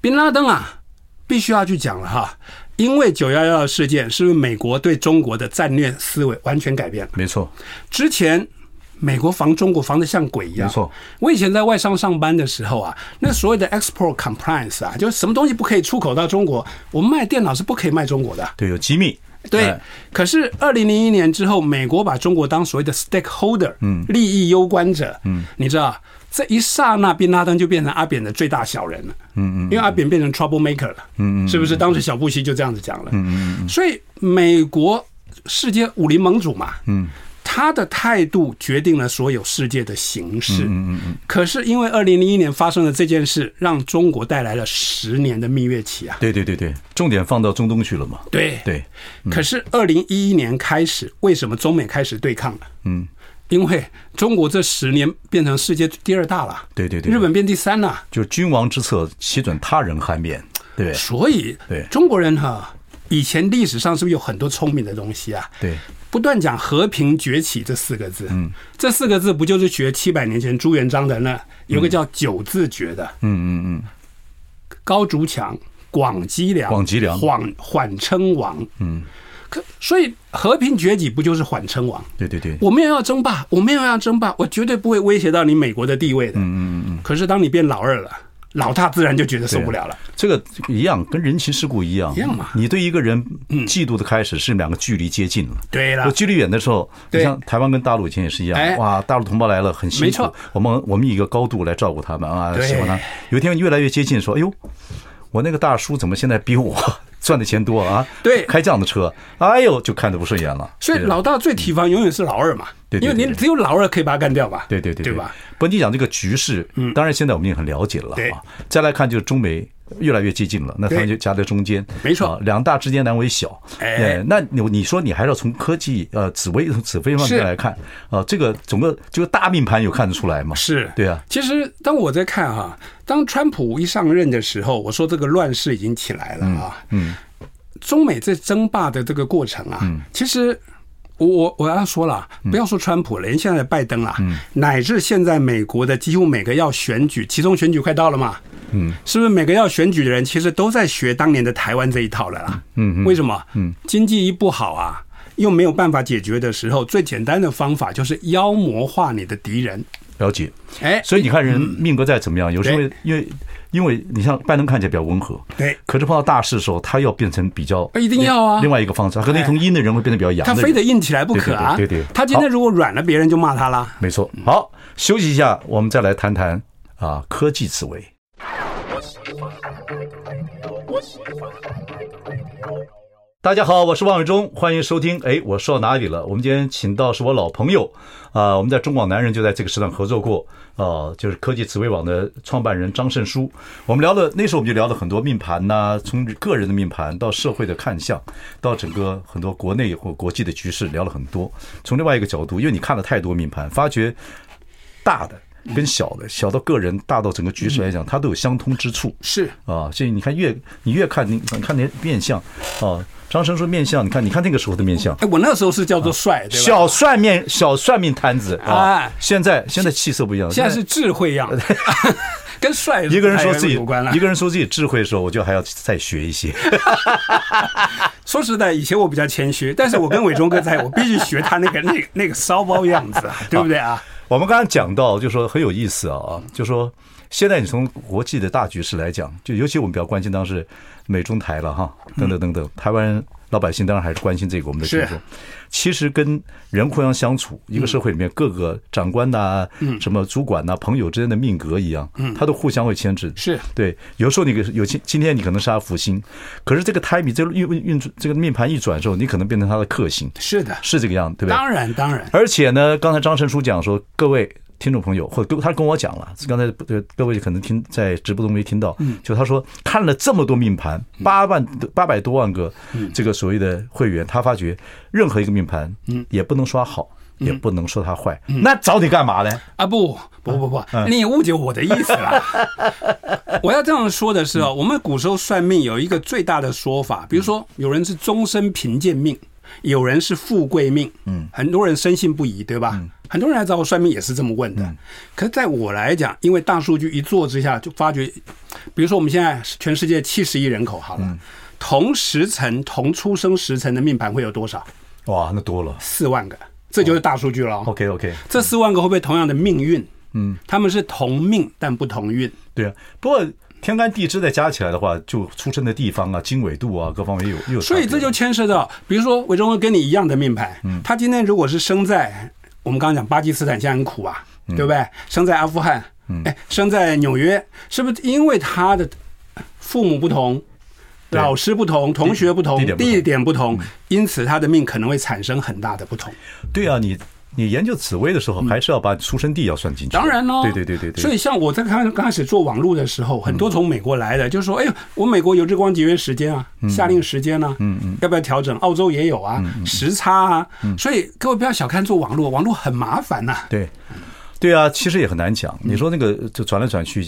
Speaker 3: 宾拉登啊，必须要去讲了哈，因为九幺幺事件，是不是美国对中国的战略思维完全改变了？
Speaker 2: 没错，
Speaker 3: 之前美国防中国防的像鬼一样，
Speaker 2: 没错。
Speaker 3: 我以前在外商上班的时候啊，那所谓的 export compliance 啊，就是什么东西不可以出口到中国，我们卖电脑是不可以卖中国的。
Speaker 2: 对，有机密，
Speaker 3: 对
Speaker 2: 哎，
Speaker 3: 可是二零零一年之后，美国把中国当所谓的 stakeholder，嗯，利益攸关者，嗯，你知道，这一刹那，宾拉登就变成阿扁的最大小人了，嗯嗯，因为阿扁变成 trouble maker 了，嗯嗯，是不是？当时小布希就这样子讲了，嗯嗯，所以美国世界武林盟主嘛，嗯。他的态度决定了所有世界的形势。嗯嗯嗯。可是因为二零零一年发生的这件事，让中国带来了十年的蜜月期啊。
Speaker 2: 对对对对，重点放到中东去了嘛，
Speaker 3: 对
Speaker 2: 对，
Speaker 3: 可是二零一一年开始，为什么中美开始对抗了？嗯，因为中国这十年变成世界第二大了，
Speaker 2: 对对对
Speaker 3: 日本变第三了，
Speaker 2: 就君王之策，岂准他人酣眠，对不对？
Speaker 3: 所以
Speaker 2: 对
Speaker 3: 中国人哈，以前历史上是不是有很多聪明的东西啊？
Speaker 2: 对，
Speaker 3: 不断讲和平崛起这四个字，嗯，这四个字不就是学七百年前朱元璋的
Speaker 2: 嗯
Speaker 3: 那有个叫九字诀的，嗯嗯嗯，高筑墙，广积粮，
Speaker 2: 广积粮
Speaker 3: 缓缓称王，嗯，可所以和平崛起不就是缓称王？
Speaker 2: 对对对，
Speaker 3: 我没有要争霸，我没有要争霸，我绝对不会威胁到你美国的地位的，嗯嗯嗯。可是当你变老二了，老大自然就觉得受不了了。
Speaker 2: 啊这个一样，跟人情世故一样，
Speaker 3: 一样嘛嗯
Speaker 2: 你对一个人嫉妒的开始是两个距离接近了。
Speaker 3: 对啦
Speaker 2: 我距离远的时候，你
Speaker 3: 对
Speaker 2: 像台湾跟大陆以前也是一
Speaker 3: 哎
Speaker 2: 样，哇，大陆同胞来了很辛苦，
Speaker 3: 没错，
Speaker 2: 我们我们以一个高度来照顾他们啊，
Speaker 3: 对
Speaker 2: 喜欢他。有一天越来越接近，说，哎呦，我那个大叔怎么现在比我赚的钱多啊？
Speaker 3: 对
Speaker 2: 开这样的车，哎呦，就看着不顺眼了。
Speaker 3: 所以
Speaker 2: 对
Speaker 3: 老大最提防永远是老二嘛，
Speaker 2: 对对对
Speaker 3: 因为你只有老二可以把他干掉吧？
Speaker 2: 对对对，
Speaker 3: 对吧？？嗯
Speaker 2: 不，你讲这个局势，当然现在我们也很了解了
Speaker 3: 对
Speaker 2: 啊。再来看就是中美。越来越接近了，那他们
Speaker 3: 对
Speaker 2: 就夹在中间，
Speaker 3: 没错
Speaker 2: 啊两大之间难为小。
Speaker 3: 哎
Speaker 2: 那你你说你还是要从科技呃紫薇 紫薇方
Speaker 3: 是
Speaker 2: 面来看啊，这个整个这个大命盘有看得出来吗？
Speaker 3: 是，
Speaker 2: 对啊，
Speaker 3: 其实当我在看哈、当川普一上任的时候，我说这个乱世已经起来了啊。嗯，中美这争霸的这个过程啊，其实。我我我要说了，不要说川普了，连现在的拜登啦、乃至现在美国的几乎每个要选举，其中选举快到了嘛，嗯，是不是每个要选举的人其实都在学当年的台湾这一套了啦？嗯，为什么？嗯，经济一不好啊，又没有办法解决的时候，最简单的方法就是妖魔化你的敌人，
Speaker 2: 了解。
Speaker 3: 哎，
Speaker 2: 所以你看人命格再怎么样，有时候
Speaker 3: 对
Speaker 2: 因为因为你像拜登看起来比较温和，
Speaker 3: 对
Speaker 2: 可是碰到大事的时候，他要变成比较
Speaker 3: 一定要啊
Speaker 2: 另外一个方式，他可能从阴的人会变得比较阳的
Speaker 3: 他
Speaker 2: 人，
Speaker 3: 非得硬起来不可啊！
Speaker 2: 对对对对对
Speaker 3: 他今天如果软了，别人就骂他啦。
Speaker 2: 没错。好，休息一下，我们再来谈谈啊科技思维。大家好，我是王伟忠，欢迎收听。哎，我说到哪里了？我们今天请到是我老朋友啊、我们在中广男人就在这个时段合作过啊、就是科技紫微网的创办人张胜书。我们聊了那时候我们就聊了很多命盘呐、从个人的命盘到社会的看相，到整个很多国内或国际的局势聊了很多。从另外一个角度，因为你看了太多命盘，发觉大的跟小的，小到个人，大到整个局势
Speaker 3: 嗯
Speaker 2: 来讲，它都有相通之处。
Speaker 3: 是
Speaker 2: 啊，所以你看越你越看你你看那面相啊，张生说面相，你看你看那个时候的面相，
Speaker 3: 哎，我那时候是叫
Speaker 2: 啊
Speaker 3: 做帅，对吧？
Speaker 2: 小算面小算命摊子啊
Speaker 3: 哎，
Speaker 2: 现在现在气色不一样，
Speaker 3: 现在是哎智慧样， 跟帅
Speaker 2: 一个人说自己
Speaker 3: 有关了。
Speaker 2: 一个人说自己智慧的时候，我就还要再学一些。
Speaker 3: 说实在，以前我比较谦虚，但是我跟伟忠哥在，我必须学他那个那个那个骚包样子啊，对不对啊？
Speaker 2: 我们刚刚讲到，就说很有意思啊啊，就说现在你从国际的大局势来讲，就尤其我们比较关心当时美中台了哈，等等等等，台湾老百姓当然还是关心这个我们的群众
Speaker 3: 是。
Speaker 2: 其实跟人互相相处，一个社会里面各个长官呐、
Speaker 3: 嗯
Speaker 2: 什么主管呐、朋友之间的命格一样，他都互相会牵制。
Speaker 3: 是
Speaker 2: 对，有时候你可有今今天你可能是他福星，可是这个胎米这个运运运这个命盘一转的时候，你可能变成他的克星，
Speaker 3: 是的，
Speaker 2: 是这个样，对不对？
Speaker 3: 当然当然，
Speaker 2: 而且呢，刚才张晨书讲说，各位听众朋友，或者跟他跟我讲了，刚才呃各位可能听在直播中没听到，
Speaker 3: 嗯
Speaker 2: 就他说看了这么多命盘，八万八百多万个
Speaker 3: 嗯
Speaker 2: 这个所谓的会员，他发觉任何一个命盘，
Speaker 3: 嗯
Speaker 2: 也不能说它好，也不能说它坏，那找你干嘛呢？
Speaker 3: 啊不不不不，你误解我的意思啦。 我要这样说的嗯是哦，我们古时候算命有一个最大的说法，比如说有人是终身贫贱命，有人是富贵命，嗯，很多人深信不疑，对吧？很多人来找我算命也是这么问的。可是在我来讲，因为大数据一做之下，就发觉，比如说我们现在全世界七十亿人口好了，同时辰同出生时辰的命盘会有多少？
Speaker 2: 哇，那多了。
Speaker 3: 四万个，这就是大数据了哦。
Speaker 2: OK OK，
Speaker 3: 这四万个会不会同样的命运？嗯，他们是同命但不同运。
Speaker 2: 对啊。不过天干地支再加起来的话，就出生的地方啊、经纬度啊各方面有又有差别。
Speaker 3: 所以这就牵涉到，比如说韦忠文跟你一样的命盘，
Speaker 2: 嗯
Speaker 3: 他今天如果是生在我们刚刚讲巴基斯坦，现在很苦啊，
Speaker 2: 嗯
Speaker 3: 对不对？生在阿富汗，哎，生在纽约，是不是因为他的父母不同？
Speaker 2: 对
Speaker 3: 老师不同，同学不同
Speaker 2: 地点，不同嗯
Speaker 3: 地点不同，因此他的命可能会产生很大的不同。
Speaker 2: 对啊，你你研究紫薇的时候，还是要把出生地要算进去。
Speaker 3: 嗯当然喽，
Speaker 2: 对对对对嗯对。
Speaker 3: 所以像我在刚刚开始做网络的时候，很多从美国来的就说：“哎呦，我美国有日光节约时间啊，夏令时间啊，嗯嗯，要不要调整？澳洲也有
Speaker 2: 嗯
Speaker 3: 啊，时差啊。”所以各位不要小看做网络，网络很麻烦呐、
Speaker 2: 对，对啊，其实也很难讲。
Speaker 3: 嗯
Speaker 2: 你说那个就转来转去，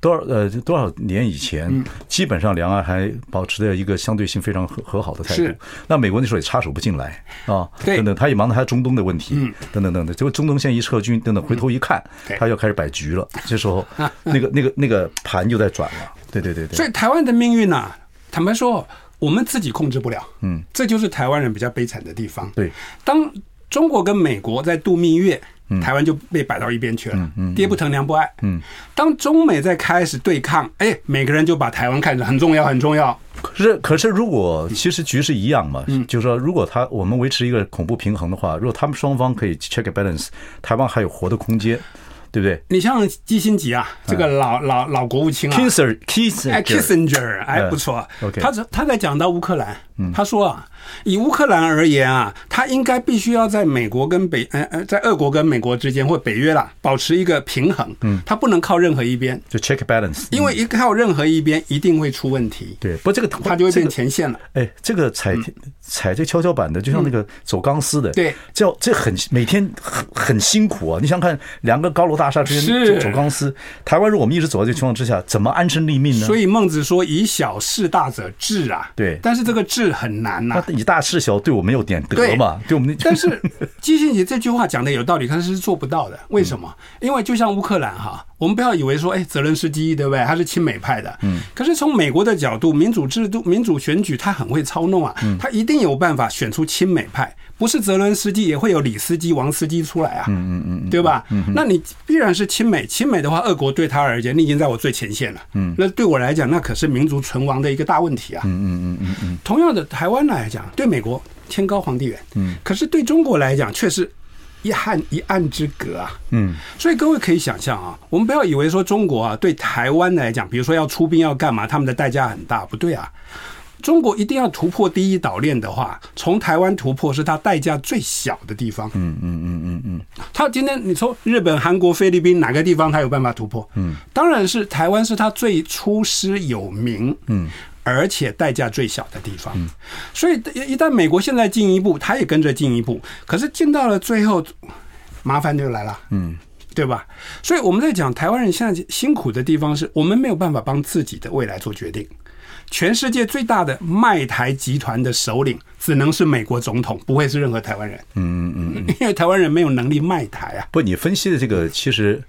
Speaker 2: 多少呃多少年以
Speaker 3: 嗯
Speaker 2: 前，基本上两岸还保持着一个相对性非常和和好的态度
Speaker 3: 是。
Speaker 2: 那美国那时候也插手不进来啊，
Speaker 3: 对嗯
Speaker 2: 等等，他也忙着他中东的问题，等等等等。结果中东现在一撤军，等等回头一看
Speaker 3: 对，
Speaker 2: 他又开始摆局了。这时候那个那个那个盘就在转了。对对对对
Speaker 3: 所。以台湾的命运呐、坦白说，我们自己控制不了，嗯，这就是台湾人比较悲惨的地方。
Speaker 2: 对，
Speaker 3: 当中国跟美国在度蜜月，台湾就被摆到一边去了，爹不疼娘不爱，嗯，当中美在开始对抗，哎，每个人就把台湾看着很重要，很重要，
Speaker 2: 可是，可是，如果
Speaker 3: 嗯
Speaker 2: 其实局势一样嘛，就是说，如果他我们维持一个恐怖平衡的话，如果他们双方可以 check and balance，台湾还有活的空间，对不对
Speaker 3: 你像基辛吉啊，这个老老老国务卿啊。
Speaker 2: ？Kisser Kisser
Speaker 3: 哎，Kissinger 哎，
Speaker 2: 嗯
Speaker 3: 不错。
Speaker 2: OK 嗯
Speaker 3: 他他在讲到乌克兰，他说啊，以乌克兰而言啊，他应该必须要在美国跟北，呃呃，在俄国跟美国之间或北约啦，保持一个平衡。嗯，他不能靠任何一边，
Speaker 2: 就 check and balance，嗯
Speaker 3: 因为一靠任何一边一定会出问题，
Speaker 2: 对，不过这个
Speaker 3: 他就会
Speaker 2: 这
Speaker 3: 变
Speaker 2: 个
Speaker 3: 前线了。
Speaker 2: 哎，这个踩踩这跷跷板的，就像那个走钢丝的，
Speaker 3: 嗯对
Speaker 2: 叫这很每天很很辛苦啊！你想看两个高楼大厦之间
Speaker 3: 是
Speaker 2: 走走钢丝，台湾如果我们一直走在这个情况之下，怎么安身立命呢？
Speaker 3: 所以孟子说：“以小事大者治啊。”
Speaker 2: 对
Speaker 3: 但是这个治很难啊呐、
Speaker 2: 那以大事小，对我们有点德嘛，对我们的
Speaker 3: 但是基辛格这句话讲的有道理，可是是做不到的。为什么？因为就像乌克兰哈，我们不要以为说，哎，泽伦斯基对不对？他是亲美派的，嗯。可是从美国的角度，民主制度、民主选举，他很会操弄啊，他一定有办法选出亲美派。不是泽伦斯基，也会有李斯基、王斯基出来啊，嗯嗯嗯，对吧？那你必然是亲美，亲美的话，俄国对他而言，你已经在我最前线了，嗯。那对我来讲，那可是民族存亡的一个大问题啊，同样的，台湾来讲，对美国天高皇帝远，嗯，可是对中国来讲却是一岸一岸之隔啊，嗯，所以各位可以想象啊，我们不要以为说中国啊对台湾来讲，比如说要出兵要干嘛，他们的代价很大，不对啊。中国一定要突破第一岛链的话，从台湾突破是它代价最小的地方。嗯嗯嗯嗯嗯。它今天你说日本、韩国、菲律宾哪个地方它有办法突破？嗯，当然是台湾是它最出师有名。嗯。而且代价最小的地方，所以一一旦美国现在进一步，它也跟着进一步。可是进到了最后，麻烦就来了，嗯，对吧？所以我们在讲台湾人现在辛苦的地方是，我们没有办法帮自己的未来做决定。全世界最大的卖台集团的首领只能是美国总统，不会是任何台湾人。嗯嗯 嗯，因为台湾人没有能力卖台啊。
Speaker 2: 不，你分析的这个其实，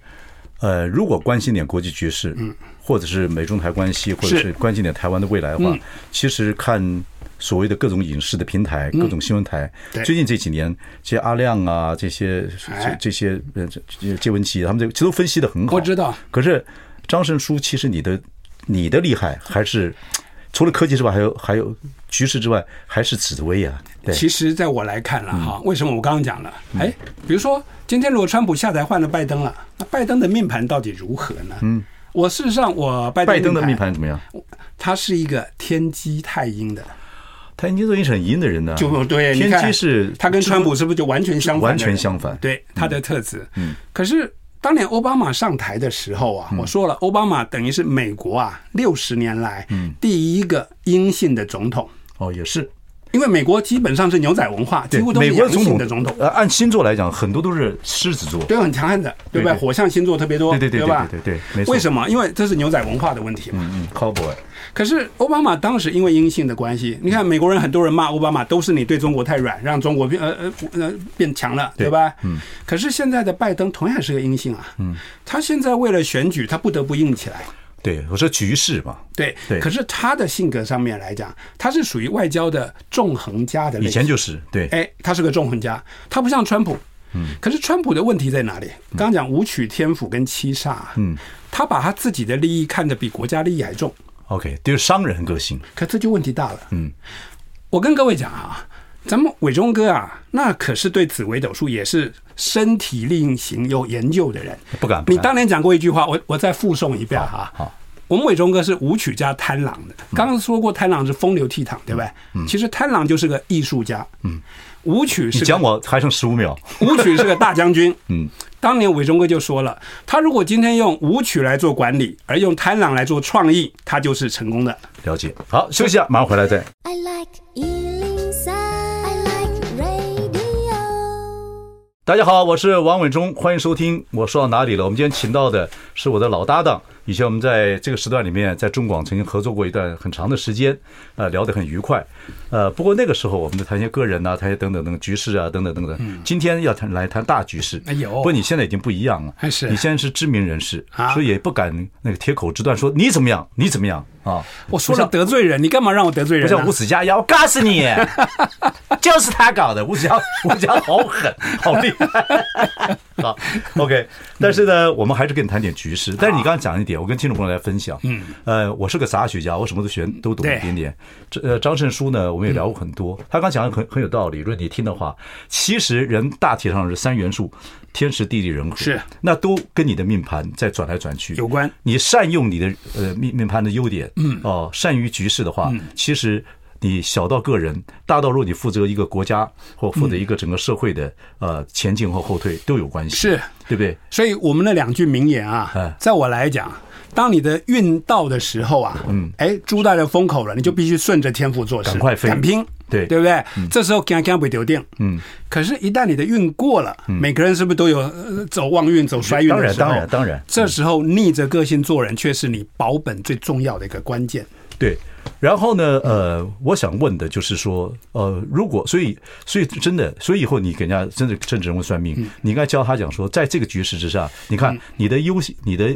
Speaker 2: 呃，如果关心点国际局势，嗯，或者是美中台关系，或者
Speaker 3: 是嗯
Speaker 2: 是关心点台湾的未来的话，其实看所谓的各种影视的平台、各种新闻台，
Speaker 3: 嗯对
Speaker 2: 最近这几年，这些阿亮啊，这些
Speaker 3: 哎
Speaker 2: 这这些呃，这这谢文琪，他们这其实都分析的很好。
Speaker 3: 我知道，
Speaker 2: 可是张胜书，其实你的你的厉害还是除了科技之外，还有还有局势之外，还是紫薇啊。对，嗯
Speaker 3: 其实在我来看了哈，为什么我刚刚讲了？哎，比如说今天如果川普下台换了拜登了，那拜登的命盘到底如何呢？嗯，我事实上我拜登
Speaker 2: 拜登的
Speaker 3: 命
Speaker 2: 命，盘怎么样？
Speaker 3: 他是一个天机太阴的，
Speaker 2: 他已经做一很阴的人呢，
Speaker 3: 就对，你
Speaker 2: 啊天
Speaker 3: 看
Speaker 2: 机是
Speaker 3: 他跟川普是不是就完全相反的人？
Speaker 2: 完全相反
Speaker 3: 对他的特质。嗯，可是当年奥巴马上台的时候
Speaker 2: 嗯
Speaker 3: 啊，我说了，奥巴马等于是
Speaker 2: 嗯
Speaker 3: 美国啊六十年来第一个阴性的总统。
Speaker 2: 哦，也是
Speaker 3: 因为美国基本上是牛仔文化，几
Speaker 2: 对
Speaker 3: 乎，都
Speaker 2: 美
Speaker 3: 是
Speaker 2: 国
Speaker 3: 阳
Speaker 2: 总
Speaker 3: 性
Speaker 2: 统
Speaker 3: 的总统，
Speaker 2: 呃，按星座来讲，很多都是狮子座。
Speaker 3: 对，很强悍的，对吧？
Speaker 2: 对对
Speaker 3: 火象星座特别多，
Speaker 2: 对对对
Speaker 3: 吧？
Speaker 2: 对对对对没错
Speaker 3: 为什么？因为这是牛仔文化的问题嘛。
Speaker 2: 嗯嗯，cowboy，
Speaker 3: 可是奥巴马当时因为阴性的关系，你看美国人很多人骂奥巴马都是你对中国太软，让中国变呃呃呃变强了，
Speaker 2: 对
Speaker 3: 对吧？嗯。可是现在的拜登同样是个阴性啊，嗯，他现在为了选举，他不得不硬起来。
Speaker 2: 对我说局势嘛，
Speaker 3: 对，
Speaker 2: 对
Speaker 3: 可是他的性格上面来讲，他是属于外交的纵横家的类
Speaker 2: 以
Speaker 3: 型
Speaker 2: 前。就是对，
Speaker 3: 哎，他是个纵横家，他不像川普。嗯，可是川普的问题在哪里？
Speaker 2: 嗯
Speaker 3: 刚刚讲武曲天府跟七煞，嗯，他把他自己的利益看得比国家利益还重，
Speaker 2: OK，就是商人个性，
Speaker 3: 可这就问题大了。嗯，我跟各位讲啊，咱们伟忠哥啊，那可是对紫微斗数也是身体力行有研究的人。
Speaker 2: 不敢。不
Speaker 3: 你
Speaker 2: 敢
Speaker 3: 当年讲过一句话，我我再附送一遍啊。
Speaker 2: 好好嗯
Speaker 3: 我们伟忠哥是舞曲家贪狼的，刚刚说过贪狼是风流倜傥，对不对？其实贪狼就是个艺术家。嗯，舞曲是
Speaker 2: 你
Speaker 3: 个
Speaker 2: 讲我还剩十五秒，
Speaker 3: 武曲是个大将军。嗯，当年伟忠哥就说了，他如果今天用武曲来做管理，而用贪狼来做创意，他就是成功的。
Speaker 2: 了解。好，休息一下，马上回来再。
Speaker 4: I like Ealing Sound. I like radio.
Speaker 2: 大家好，我是王伟忠，欢迎收听。我说到哪里了？我们今天请到的是我的老搭档，以前我们在这个时段里面，在中广曾经合作过一段很长的时间，呃，聊得很愉快。呃，不过那个时候我们在谈一些个人呐、啊，谈一些等等等局势啊，等等等等。今天要谈来谈大局势，
Speaker 3: 嗯哎呦
Speaker 2: 不过你现在已经不一样了，
Speaker 3: 哎是
Speaker 2: 你现在是知名人士，
Speaker 3: 啊
Speaker 2: 所以也不敢那个铁口直断说你怎么样，你怎么样啊？
Speaker 3: 我说了得罪人，你干嘛让我得罪
Speaker 2: 不
Speaker 3: 人、
Speaker 2: 像
Speaker 3: 啊
Speaker 2: 吴？子嘉一样，我告诉 你，就是他搞的。吴子嘉，吴子嘉好 狠，好厉害。好，OK。但是呢，我们还是跟你谈点局势。但是你刚刚讲一点，我跟听众朋友来分享。嗯，呃，我是个杂学家，我什么都学都懂一
Speaker 3: 对
Speaker 2: 点点。这呃，张胜书呢，我们也聊过很多。他刚讲的很很有道理。如果你听的话，其实人大体上是三元素：天时、地利、人和。
Speaker 3: 是，
Speaker 2: 那都跟你的命盘在转来转去
Speaker 3: 有关。
Speaker 2: 你善用你的呃命命盘的优点，嗯，哦，善于局势的话，
Speaker 3: 嗯
Speaker 2: 其实你小到个人，大到若你负责一个国家或负责
Speaker 3: 嗯
Speaker 2: 一个整个社会的呃前进和后退都有关系，
Speaker 3: 是
Speaker 2: 对不对？
Speaker 3: 所以我们的两句名言
Speaker 2: 哎
Speaker 3: 啊，在我来讲，当你的运到的时候啊，嗯，哎，猪到了风口了，你就必须顺着天赋做事，
Speaker 2: 赶快飞
Speaker 3: 敢拼，
Speaker 2: 对嗯
Speaker 3: 对不对？这时候刚刚不丢定，嗯。可是，一旦你的运过了，每个人是不是都有呃走旺运、走衰运
Speaker 2: 当
Speaker 3: 的
Speaker 2: 然
Speaker 3: 时
Speaker 2: 嗯
Speaker 3: 候？
Speaker 2: 当然当然嗯
Speaker 3: 这时候逆着个性做人，却是你保本最重要的一个关键。
Speaker 2: 对。然后呢，呃，我想问的就是说，呃，如果所以所以真的，所以以后你给人家真的政治人物算命，
Speaker 3: 嗯
Speaker 2: 你应该教他讲说，在这个局势之下，你看你的优势，你的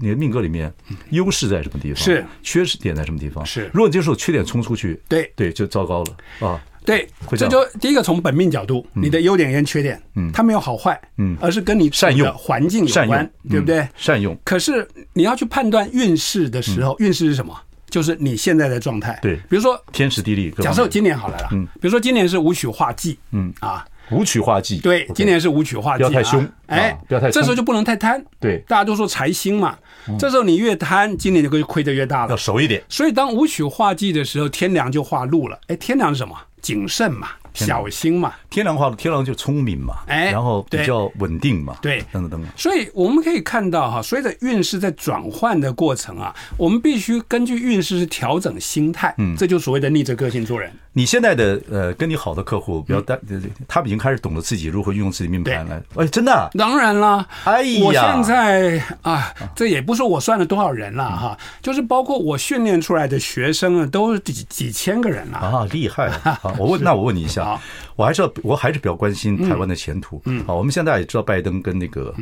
Speaker 2: 你的命格里面优势在什么地方，
Speaker 3: 嗯是
Speaker 2: 缺失点在什么地方，
Speaker 3: 是
Speaker 2: 如果你这时候缺点冲出去，
Speaker 3: 对
Speaker 2: 对，就糟糕了啊。
Speaker 3: 对，
Speaker 2: 会这
Speaker 3: 这
Speaker 2: 样
Speaker 3: 就第一个从本命角度，你的优点跟缺点，嗯，它没有好坏，嗯，而是跟你
Speaker 2: 善用
Speaker 3: 处的环境有
Speaker 2: 善
Speaker 3: 关
Speaker 2: 用，，
Speaker 3: 对不对？
Speaker 2: 嗯善用，
Speaker 3: 可是你要去判断运势的时候，运势是什么？就是你现在的状态。
Speaker 2: 嗯对
Speaker 3: 比如说，
Speaker 2: 天时地利各方面。嗯
Speaker 3: 假设今年好了啦，比如说今年是武曲化忌，嗯啊，
Speaker 2: 舞曲化忌，
Speaker 3: 对
Speaker 2: OK，
Speaker 3: 今年是武曲化忌、啊，
Speaker 2: 不要太凶
Speaker 3: 哎
Speaker 2: 啊，不要太
Speaker 3: 这时候
Speaker 2: 冲
Speaker 3: 就不能太贪，
Speaker 2: 对嗯
Speaker 3: 大家都说财星嘛，这时候你越贪，今年就会亏得越大
Speaker 2: 要
Speaker 3: 了。
Speaker 2: 熟一点，
Speaker 3: 所以当武曲化忌的时候，天梁就化禄了。哎，天梁是什么？谨慎嘛，
Speaker 2: 梁
Speaker 3: 小心嘛，
Speaker 2: 天狼化了，天狼就聪明嘛，
Speaker 3: 哎
Speaker 2: 然后比
Speaker 3: 对
Speaker 2: 较稳定嘛，
Speaker 3: 对
Speaker 2: 等等等等。
Speaker 3: 所以我们可以看到哈，随着运势在转换的过程啊，我们必须根据运势去调整心态，嗯，这就所谓的逆着个性做人。
Speaker 2: 你现在的呃，跟你好的客户，比
Speaker 3: 嗯
Speaker 2: 较担，呃他们已经开始懂得自己如何运用自己的命盘来，哎，真的 啊，
Speaker 3: 当然啦，
Speaker 2: 哎呀
Speaker 3: 我现在啊，这也不是我算了多少人了哈，就是包括我训练出来的学生啊，都是几几千个人了。
Speaker 2: 啊，厉害！ 啊，我问，那我问你一下
Speaker 3: 好，
Speaker 2: 我还是要，我还是比较关心台湾的前途。嗯，好，我们现在也知道拜登跟那个，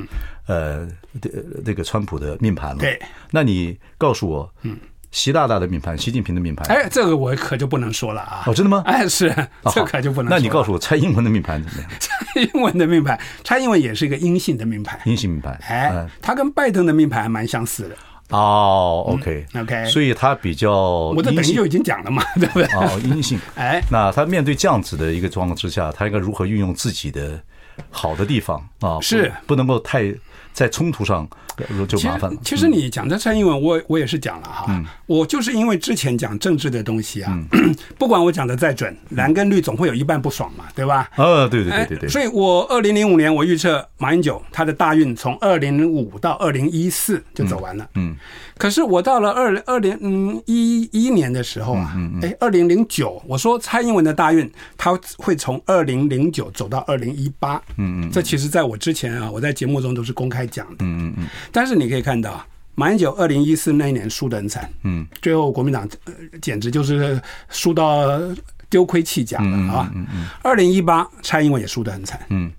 Speaker 2: 呃，这这个川普的命盘了。
Speaker 3: 嗯对，
Speaker 2: 那你告诉我，嗯，习大大的命盘，习近平的命盘，
Speaker 3: 哎，这个我可就不能说了啊！
Speaker 2: 哦真的吗
Speaker 3: 哎，是
Speaker 2: 啊，
Speaker 3: 这可就不能说了。
Speaker 2: 那你告诉我，蔡英文的命盘怎么样？
Speaker 3: 蔡英文的命盘，蔡英文也是一个阴性的命盘，
Speaker 2: 阴性命盘。
Speaker 3: 哎
Speaker 2: 嗯，
Speaker 3: 他跟拜登的命盘还蛮相似的。
Speaker 2: 哦，OK，
Speaker 3: 嗯，OK
Speaker 2: 所以他比较
Speaker 3: 我这
Speaker 2: 哦阴
Speaker 3: 等于
Speaker 2: 性
Speaker 3: 就已经讲了嘛，对不对？
Speaker 2: 哦，阴性。
Speaker 3: 哎
Speaker 2: 那他面对这样子的一个状况之下，他应该如何运用自己的好的地方啊，不
Speaker 3: 是
Speaker 2: 不能够太在冲突上呃就
Speaker 3: 其
Speaker 2: 麻
Speaker 3: 实
Speaker 2: 烦了。嗯
Speaker 3: 其实你讲这三英文，我我也是讲了哈，我就是因为之前讲政治的东西啊， 不管我讲的再准，蓝跟绿总会有一半不爽嘛，对吧？
Speaker 2: 呃，对对对对对，
Speaker 3: 哎所以我二零零五年我预测马英九他的大运从二零五到二零一四就走完了。
Speaker 2: 嗯，
Speaker 3: 可是我到了二二零嗯一一年的时候啊，
Speaker 2: 嗯
Speaker 3: 哎二零零九，我说蔡英文的大运他会从二零零九走到二零一八。嗯嗯，这其实在我之前啊，我在节目中都是公开讲的。嗯嗯嗯，但是你可以看到啊。马英九二零一四那一年输得很惨，嗯，最后国民党、呃简直就是输到丢盔弃甲了啊！二零一八蔡英文也输得很惨，嗯，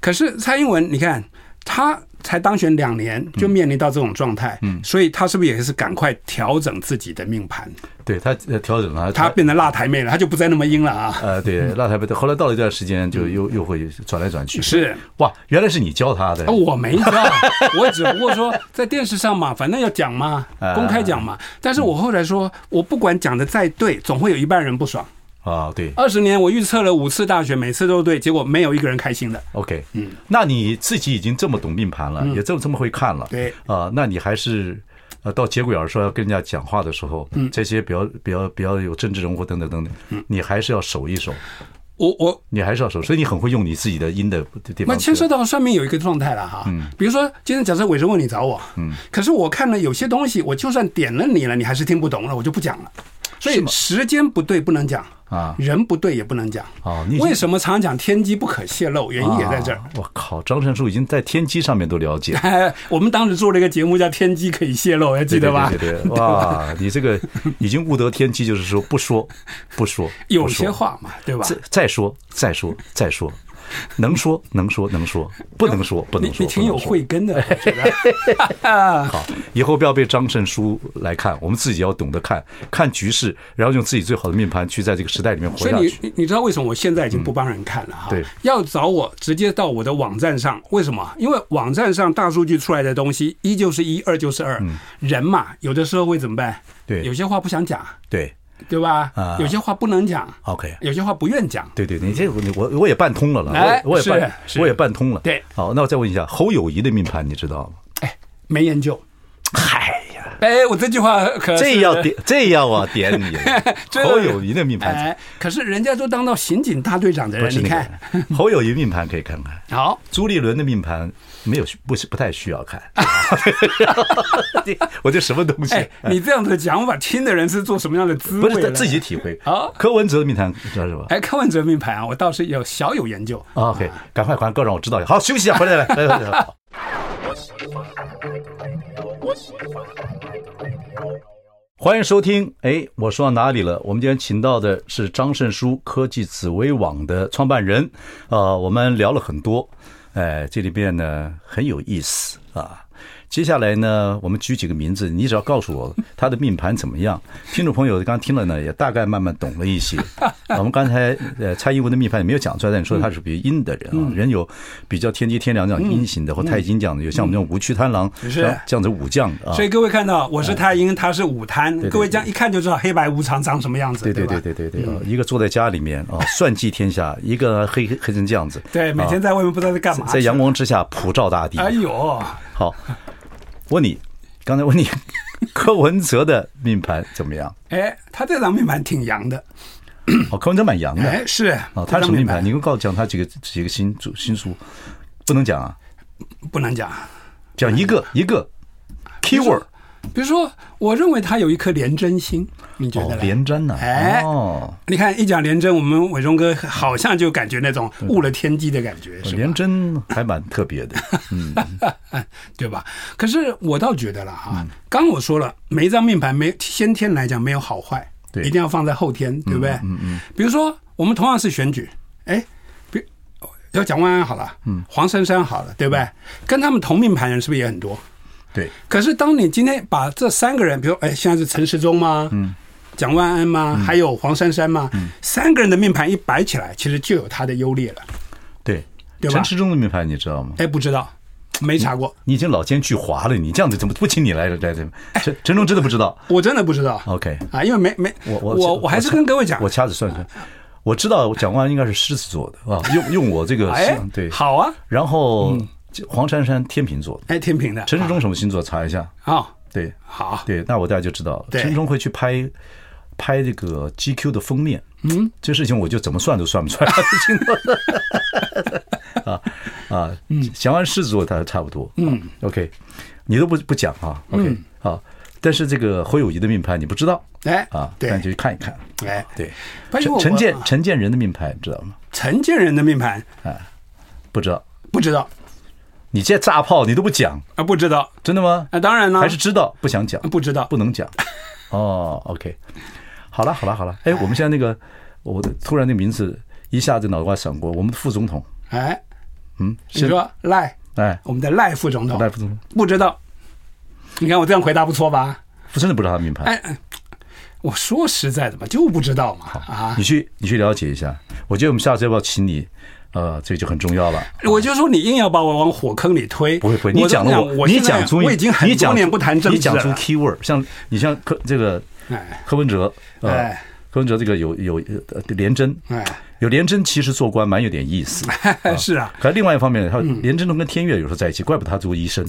Speaker 3: 可是蔡英文你看他才当选两年就面临到这种状态，嗯，所以他是不是也是赶快调整自己的命盘？
Speaker 2: 对他呃调整了
Speaker 3: 他变成辣台妹了，他就不再那么阴了啊！
Speaker 2: 呃对辣台北，后来到了一段时间就又又会转来转去。
Speaker 3: 嗯是
Speaker 2: 哇，原来是你教他的
Speaker 3: 啊，我没教， 我只不过说在电视上嘛，反正要讲嘛，
Speaker 2: 啊
Speaker 3: 公开讲嘛。但是我后来说，我不管讲的再对，总会有一半人不爽。
Speaker 2: 啊，对
Speaker 3: 二十年我预测了五次大选，每次都对，结果没有一个人开心的。
Speaker 2: ，OK，嗯，那你自己已经这么懂命盘了，也这么这么会看了，
Speaker 3: 嗯对
Speaker 2: 啊，那你还是。呃，到节骨眼儿说要跟人家讲话的时候，嗯，这些比较比较比较有政治人物等等等等，
Speaker 3: 嗯
Speaker 2: 你还是要守一守，
Speaker 3: 我我
Speaker 2: 你还是要守，所以你很会用你自己的阴的地
Speaker 3: 那
Speaker 2: 方。嗯
Speaker 3: 牵涉到算命有一个状态了哈，比如说今天假设伟生问你找我，可是我看了有些东西，我就算点了你了，你还是听不懂了，我就不讲了。所以时间不对不能讲
Speaker 2: 啊
Speaker 3: 人不对也不能讲
Speaker 2: 哦你已经
Speaker 3: 为什么常讲天机不可泄露？原因也在这儿。
Speaker 2: 啊我靠，张善树已经在天机上面都了解，
Speaker 3: 哎， 我们当时做了一个节目叫《天机可以泄露》，还记得吧？
Speaker 2: 对对对对，哇，你这个已经悟得天机，就是说不说，不说，
Speaker 3: 有
Speaker 2: 不说
Speaker 3: 些话嘛，对吧？
Speaker 2: 再再说，再说，再说，能说能说能说，不能说不能
Speaker 3: 你
Speaker 2: 说。
Speaker 3: 你挺有
Speaker 2: 不能说
Speaker 3: 慧根的，我觉 得。
Speaker 2: 好，以后不要被张胜书来看，我们自己要懂得看看局势，然后用自己最好的命盘去在这个时代里面活
Speaker 3: 所以
Speaker 2: 下
Speaker 3: 你
Speaker 2: 去。嗯
Speaker 3: 你你知道为什么我现在已经不帮人看了哈？啊
Speaker 2: 对
Speaker 3: 要找我直接到我的网站上，为什么？因为网站上大数据出来的东西，一就是一，二就是二。人嘛，有的时候会怎么办？
Speaker 2: 嗯对
Speaker 3: 有些话不想讲，
Speaker 2: 对
Speaker 3: 对吧？
Speaker 2: 啊
Speaker 3: 有些话不能讲，
Speaker 2: ，OK。
Speaker 3: 有些话不愿讲。
Speaker 2: 对对，你这个你我我也办通了了，
Speaker 3: 哎
Speaker 2: 我也我也办
Speaker 3: 是是
Speaker 2: 我也办通了。
Speaker 3: 对
Speaker 2: 好，那我再问一下，侯友谊的命盘你知道吗？
Speaker 3: 哎，没研究。
Speaker 2: 嗨呀，
Speaker 3: 哎，我这句话可是
Speaker 2: 这要点这要我点你了
Speaker 3: 真的
Speaker 2: 侯友谊的命盘，
Speaker 3: 哎，可是人家都当到刑警大队长的
Speaker 2: 不
Speaker 3: 人，
Speaker 2: 是
Speaker 3: 你
Speaker 2: 那个
Speaker 3: 看，
Speaker 2: 侯友谊命盘可以看看，
Speaker 3: 好。
Speaker 2: 朱立伦的命盘没有需不是不太需要看， 我这什么东西？
Speaker 3: 哎，你这样的讲法，听的人是做什么样的滋
Speaker 2: 不
Speaker 3: 味
Speaker 2: 是
Speaker 3: 了？
Speaker 2: 自己体会
Speaker 3: 好。
Speaker 2: 柯文哲的命盘知道是吧？
Speaker 3: 哎，看完哲命盘啊，我倒是有小有研究。
Speaker 2: 啊 OK，赶快赶快告让我知道一下。好，休息一下，回来来来来来来。好欢迎收听，哎，我说到哪里了？我们今天请到的是张胜书科技紫薇网的创办人，呃，我们聊了很多，哎，这里边呢很有意思啊。接下来呢，我们举几个名字，你只要告诉我他的命盘怎么样。听众朋友刚刚听了呢，也大概慢慢懂了一些。啊我们刚才呃蔡英文的命盘也没有讲出来，但你说他是比较阴的人啊，人有比较天机天良这样阴型的，或太阴这样的，有像我们这种武曲贪狼
Speaker 3: 是
Speaker 2: 这样这样子武将的啊。
Speaker 3: 所以各位看到，我是太阴，他是午贪，
Speaker 2: 哎对
Speaker 3: 各位这样一看就知道黑白无常长什么样子，
Speaker 2: 对对
Speaker 3: 吧嗯
Speaker 2: 对对对对，啊一个坐在家里面啊， 算计天下；一个黑黑黑成这样子，
Speaker 3: 对，每天在外面不知道在干嘛，
Speaker 2: 在阳。光之下普照大地。
Speaker 3: 哎呦，
Speaker 2: 好，问你，刚才问你柯文哲的命盘怎么样？
Speaker 3: 哎，他这张面盘挺阳的，
Speaker 2: 哦，柯文哲蛮阳的
Speaker 3: 哎，是
Speaker 2: 哦，他什
Speaker 3: 这张
Speaker 2: 么命
Speaker 3: 面
Speaker 2: 盘？你
Speaker 3: 盘
Speaker 2: 给我告讲他几个几个星主星数，不能讲啊，
Speaker 3: 不能讲。
Speaker 2: 讲一个一个
Speaker 3: 哎
Speaker 2: keyword
Speaker 3: 比如说，我认为他有一颗廉贞心，你觉
Speaker 2: 哦
Speaker 3: 得，嘞？
Speaker 2: 连詹呐，
Speaker 3: 哎
Speaker 2: 哦，
Speaker 3: 你看一讲廉贞，我们伟忠哥好像就感觉那种误了天机的感觉，是吧？
Speaker 2: 哦连真还蛮特别的，
Speaker 3: 对吧？可是我倒觉得了哈、刚我说了，每一张命盘没先天来讲没有好坏，
Speaker 2: 对
Speaker 3: 一定要放在后天，对不对？嗯嗯。比如说，我们同样是选举，哎，比要蒋万安好了，嗯，黄珊珊好了，对不对？跟他们同命盘人是不是也很多？
Speaker 2: 对，
Speaker 3: 可是当你今天把这三个人，比如哎，现在是陈时中吗？嗯。蒋万安吗？还有黄珊珊吗？三个人的命盘一摆起来，其实就有他的优劣了。
Speaker 2: 对，
Speaker 3: 对吧
Speaker 2: 陈池中的命盘你知道吗？
Speaker 3: 哎，不知道，没查过，
Speaker 2: 你已经老奸巨猾了，你这样子怎么不请你来来来？陈 陈忠真的不知道
Speaker 3: 我真的不知道。
Speaker 2: ，OK，
Speaker 3: 啊，因为没没
Speaker 2: 我
Speaker 3: 我
Speaker 2: 我
Speaker 3: 我还是跟各位讲
Speaker 2: 我，掐指算算，我知道蒋万安应该是狮子座 的啊，用用我这个
Speaker 3: 哎，
Speaker 2: 对，
Speaker 3: 好啊，
Speaker 2: 然后黄珊珊天秤座的，
Speaker 3: 哎，天平的，
Speaker 2: 陈世忠什么星座？查一下。
Speaker 3: 啊、哦，
Speaker 2: 对
Speaker 3: 好，
Speaker 2: 对，那我大家就知道了。
Speaker 3: 对
Speaker 2: 陈世忠会去拍拍这个 GQ 的封面，嗯，这事情我就怎么算都算不出来星座的。 啊啊，
Speaker 3: 嗯
Speaker 2: 想按狮子座大概差不多。嗯，OK，你都不不讲啊，OK
Speaker 3: 嗯
Speaker 2: 啊，但是这个侯友谊的命盘你不知道
Speaker 3: 哎
Speaker 2: 啊，
Speaker 3: 对
Speaker 2: 那你就去看一看。
Speaker 3: 哎，
Speaker 2: 对，
Speaker 3: 不然
Speaker 2: 陈
Speaker 3: 我
Speaker 2: 陈建
Speaker 3: 我
Speaker 2: 陈建仁的命盘你知道吗？
Speaker 3: 陈建仁的命盘
Speaker 2: 不知道，
Speaker 3: 不知道
Speaker 2: 你这炸炮你都不讲，
Speaker 3: 啊，不知道
Speaker 2: 真的吗？
Speaker 3: 啊，当然了，啊
Speaker 2: 还是知道不想讲？
Speaker 3: 不知道
Speaker 2: 不能讲。 哦，OK，好了，好了，好了。哎，我们现在那个，我突然那名字一下子脑瓜闪过，我们的副总统，
Speaker 3: 哎，
Speaker 2: 嗯，
Speaker 3: 你
Speaker 2: 是
Speaker 3: 说赖，
Speaker 2: 哎，
Speaker 3: 我们的赖副总统，
Speaker 2: 赖副总统，
Speaker 3: 不知道，你看我这样回答不错吧？
Speaker 2: 我真的不知道他的名牌。
Speaker 3: 哎，哎我说实在的嘛，就不知道嘛啊
Speaker 2: 你。去，你去了解一下。我觉得我们下次要不要请你？呃，这就很重要了。
Speaker 3: 我就说你硬要把我往火坑里推，
Speaker 2: 不会不会，
Speaker 3: 我
Speaker 2: 你
Speaker 3: 都
Speaker 2: 讲的
Speaker 3: 想
Speaker 2: 我，
Speaker 3: 现
Speaker 2: 你
Speaker 3: 在
Speaker 2: 讲出
Speaker 3: 我已经很
Speaker 2: 你讲
Speaker 3: 多
Speaker 2: 出
Speaker 3: 年不谈政
Speaker 2: 你
Speaker 3: 治
Speaker 2: 讲出
Speaker 3: 了。
Speaker 2: key word，像你像柯这个
Speaker 3: 哎
Speaker 2: 柯文哲，呃
Speaker 3: 哎，
Speaker 2: 柯文哲这个有有呃连贞，
Speaker 3: 哎，
Speaker 2: 有连贞其实做官蛮有点意思。
Speaker 3: 是啊，
Speaker 2: 可另外一方面，他连振东跟天悦有时候在一起，怪不得他做医 生。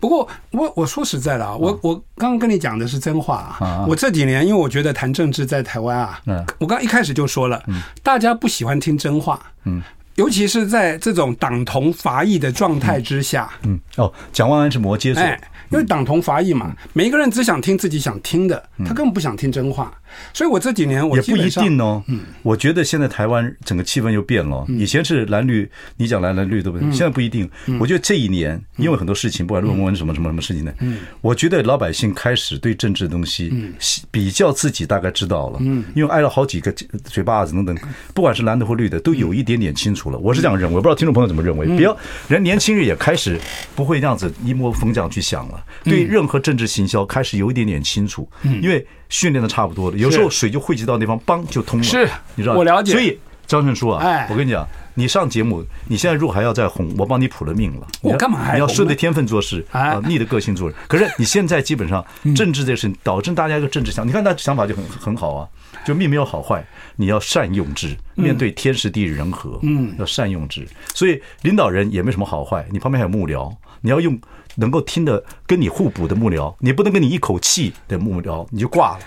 Speaker 3: 不过我我说实在的啊，
Speaker 2: 嗯
Speaker 3: 我我刚刚跟你讲的是真话啊。我这几年因为我觉得谈政治在台湾啊
Speaker 2: 嗯，
Speaker 3: 我刚一开始就说了，大家不喜欢听真话，嗯，尤其是在这种党同伐异的状态之下，
Speaker 2: 嗯，哦，蒋万安是摩羯座，
Speaker 3: 哎，因为党同伐异嘛，
Speaker 2: 嗯
Speaker 3: 每一个人只想听自己想听的，他根本不想听真话。所以我这几年我
Speaker 2: 也
Speaker 3: 基
Speaker 2: 不一
Speaker 3: 本上嗯
Speaker 2: 定哦。我觉得现在台湾整个气氛又变了，哦以前是蓝绿，你讲蓝蓝绿对
Speaker 3: 嗯
Speaker 2: 不对？现在不一定。我觉得这一年，因为很多事情，不管论文什么什么什么事情呢，
Speaker 3: 嗯
Speaker 2: 我觉得老百姓开始对政治的东西比较自己大概知道了，
Speaker 3: 嗯
Speaker 2: 因为挨了好几个嘴巴子等等，不管是蓝的或绿的，都有一点点清楚了。我是这样认为，我不知道听众朋友怎么认
Speaker 3: 嗯
Speaker 2: 为。不要人年轻人也开始不会这样子一摸逢奖去想了，对任何政治行销开始有一点点清楚，
Speaker 3: 嗯
Speaker 2: 因为训练的差不多了，有时候水就汇集到那方，梆就通了。
Speaker 3: 是
Speaker 2: 你知道，
Speaker 3: 我了解
Speaker 2: 所以张胜书啊，
Speaker 3: 哎
Speaker 2: 我跟你讲，你上节目，你现在如果还要再红，我帮你谱了命了。
Speaker 3: 我干嘛还
Speaker 2: 你要
Speaker 3: 红
Speaker 2: 顺
Speaker 3: 呢
Speaker 2: 着天分做事，
Speaker 3: 哎嗯
Speaker 2: 啊，逆着个性做人。可是你现在基本上政治这事，导致大家一个政治想，你看他想法就很很好啊，就命没有好坏，你要善用之，
Speaker 3: 嗯
Speaker 2: 面对天时地利人和，嗯，要善用之。所以领导人也没什么好坏，你旁边还有幕僚，你要用能够听的跟你互补的幕僚，你不能跟你一口气的幕僚你就挂了。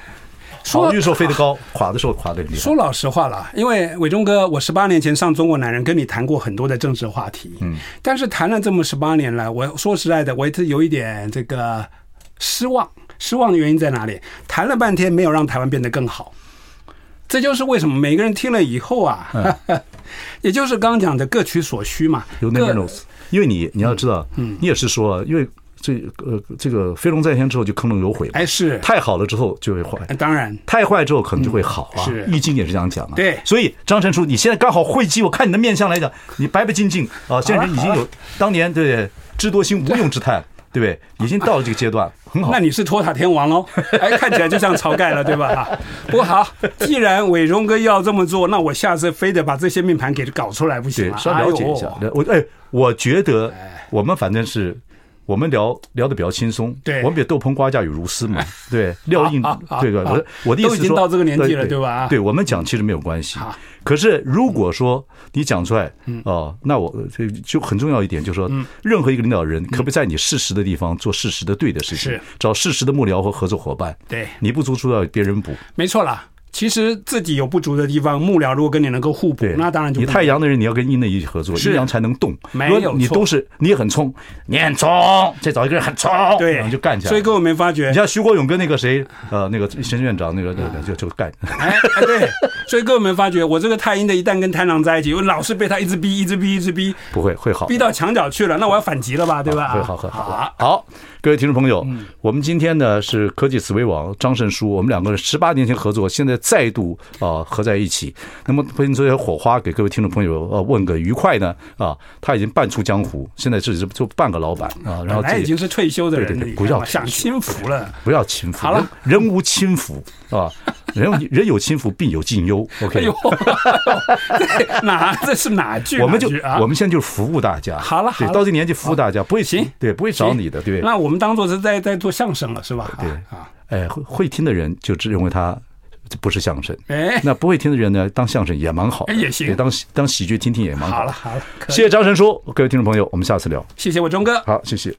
Speaker 3: 说
Speaker 2: 好的时候飞得高，垮的时候垮得很厉害。
Speaker 3: 说老实话了，因为伟忠哥，我十八年前上《中国男人》跟你谈过很多的政治话题，嗯，但是谈了这么十八年来，我说实在的，我也是有一点这个失望。失望的原因在哪里？谈了半天没有让台湾变得更好，这就是为什么每个人听了以后啊， 也就是刚刚讲的各取所需嘛。
Speaker 2: You
Speaker 3: 各
Speaker 2: never knows，因为你你要知道，
Speaker 3: 嗯
Speaker 2: 你也是说，因为这呃这个飞龙在天之后就坑龙有悔嘛，
Speaker 3: 哎是
Speaker 2: 太好了之后就会坏，
Speaker 3: 呃当然，
Speaker 2: 太坏之后可能就会好啊。
Speaker 3: 是
Speaker 2: 易经也是这样讲啊。
Speaker 3: 对
Speaker 2: 所以张成书，你现在刚好会机，我看你的面相来讲，你白白净净啊，现在人已经有当年对不对智多星无用之叹，对不对？已经到了这个阶段，很好
Speaker 3: 那。你是托塔天 王喽？哎，看起来就像晁盖了，对吧？啊不过好，既然伟荣哥要这么做，那我下次非得把这些命盘给搞出来不行
Speaker 2: 对
Speaker 3: 吗，？
Speaker 2: 稍了解一下。
Speaker 3: 哎呦哎
Speaker 2: 了我哎，我觉得我们反正是。我们聊聊的比较轻松，
Speaker 3: 对啊
Speaker 2: 我们比豆烹瓜架与如丝 嘛，对，料应，对对，我的我的意思
Speaker 3: 都已
Speaker 2: 是
Speaker 3: 经
Speaker 2: 说
Speaker 3: 到这个年纪了
Speaker 2: 对
Speaker 3: 对吧啊
Speaker 2: 对我们讲其实没有关系
Speaker 3: 好，嗯
Speaker 2: 可是如果说你讲出来，哦，那我这就很重要一点，就是
Speaker 3: 嗯
Speaker 2: 说，任何一个领导人可不可以在你适时的地方做适时的对的事情
Speaker 3: 是，
Speaker 2: 找适时的幕僚和合作伙伴，
Speaker 3: 对
Speaker 2: 你不足出要别人补，
Speaker 3: 没错啦。其实自己有不足的地方，幕僚如果跟你能够互补
Speaker 2: 对，，
Speaker 3: 那当然就
Speaker 2: 你
Speaker 3: 不
Speaker 2: 太阳的人，你要跟阴的一起合作，
Speaker 3: 是
Speaker 2: 阴阳才能动。
Speaker 3: 没
Speaker 2: 如果
Speaker 3: 有
Speaker 2: 你
Speaker 3: 错
Speaker 2: 都是你也很冲，你很冲，再找一个人很冲，
Speaker 3: 对，
Speaker 2: 然后就干起来了。
Speaker 3: 所以各位有没有发觉
Speaker 2: 你？像徐国勇跟那个谁，呃，那个沈院长，那个那个就就干。
Speaker 3: 哎哎，对，所以各位有没有发觉，我这个太阴的一旦跟贪狼在一起，我老是被他一直逼，一直逼，一直逼，
Speaker 2: 不会会好
Speaker 3: 逼到墙角去了。那我要反击了吧，对吧？
Speaker 2: 会好会好
Speaker 3: 好啊，
Speaker 2: 好，各位听众朋友，
Speaker 3: 嗯
Speaker 2: 我们今天呢是科技思维网张胜书，我们两个人十八年前合作，现在再度啊、合在一起。那么喷出些火花，给各位听众朋友呃问个愉快呢啊，他已经半出江湖，现在自己是做半个老板啊，然后
Speaker 3: 本
Speaker 2: 自
Speaker 3: 来
Speaker 2: 己
Speaker 3: 已经是退休的人
Speaker 2: 对
Speaker 3: 了，
Speaker 2: 对对
Speaker 3: 你看
Speaker 2: 不要
Speaker 3: 吧享清福了。
Speaker 2: 不要轻浮，
Speaker 3: 好了
Speaker 2: 人，人无轻 浮啊，人有人有轻浮，必有近忧。
Speaker 3: 哎
Speaker 2: OK，、
Speaker 3: 呦， 这哪这是哪句？
Speaker 2: 我们就
Speaker 3: 哪句啊，
Speaker 2: 我们现在就是服务大家。
Speaker 3: 好了
Speaker 2: 对，
Speaker 3: 好了啊
Speaker 2: 到这年纪服务大家，不会
Speaker 3: 行
Speaker 2: 对，不会找你的，对不对？
Speaker 3: 那我们当做是在在做相声了，是吧？对啊，
Speaker 2: 哎，会会听的人就只认为他这不是 相声。
Speaker 3: 哎
Speaker 2: 那不会听的人呢，当相声也蛮好的，
Speaker 3: 哎也行
Speaker 2: 对当喜当喜剧听听也蛮
Speaker 3: 好
Speaker 2: 好
Speaker 3: 了
Speaker 2: 的。
Speaker 3: 好了，可以
Speaker 2: 谢谢张神叔，各位听众朋友，我们下次聊。
Speaker 3: 谢谢我钟哥。
Speaker 2: 好，谢谢。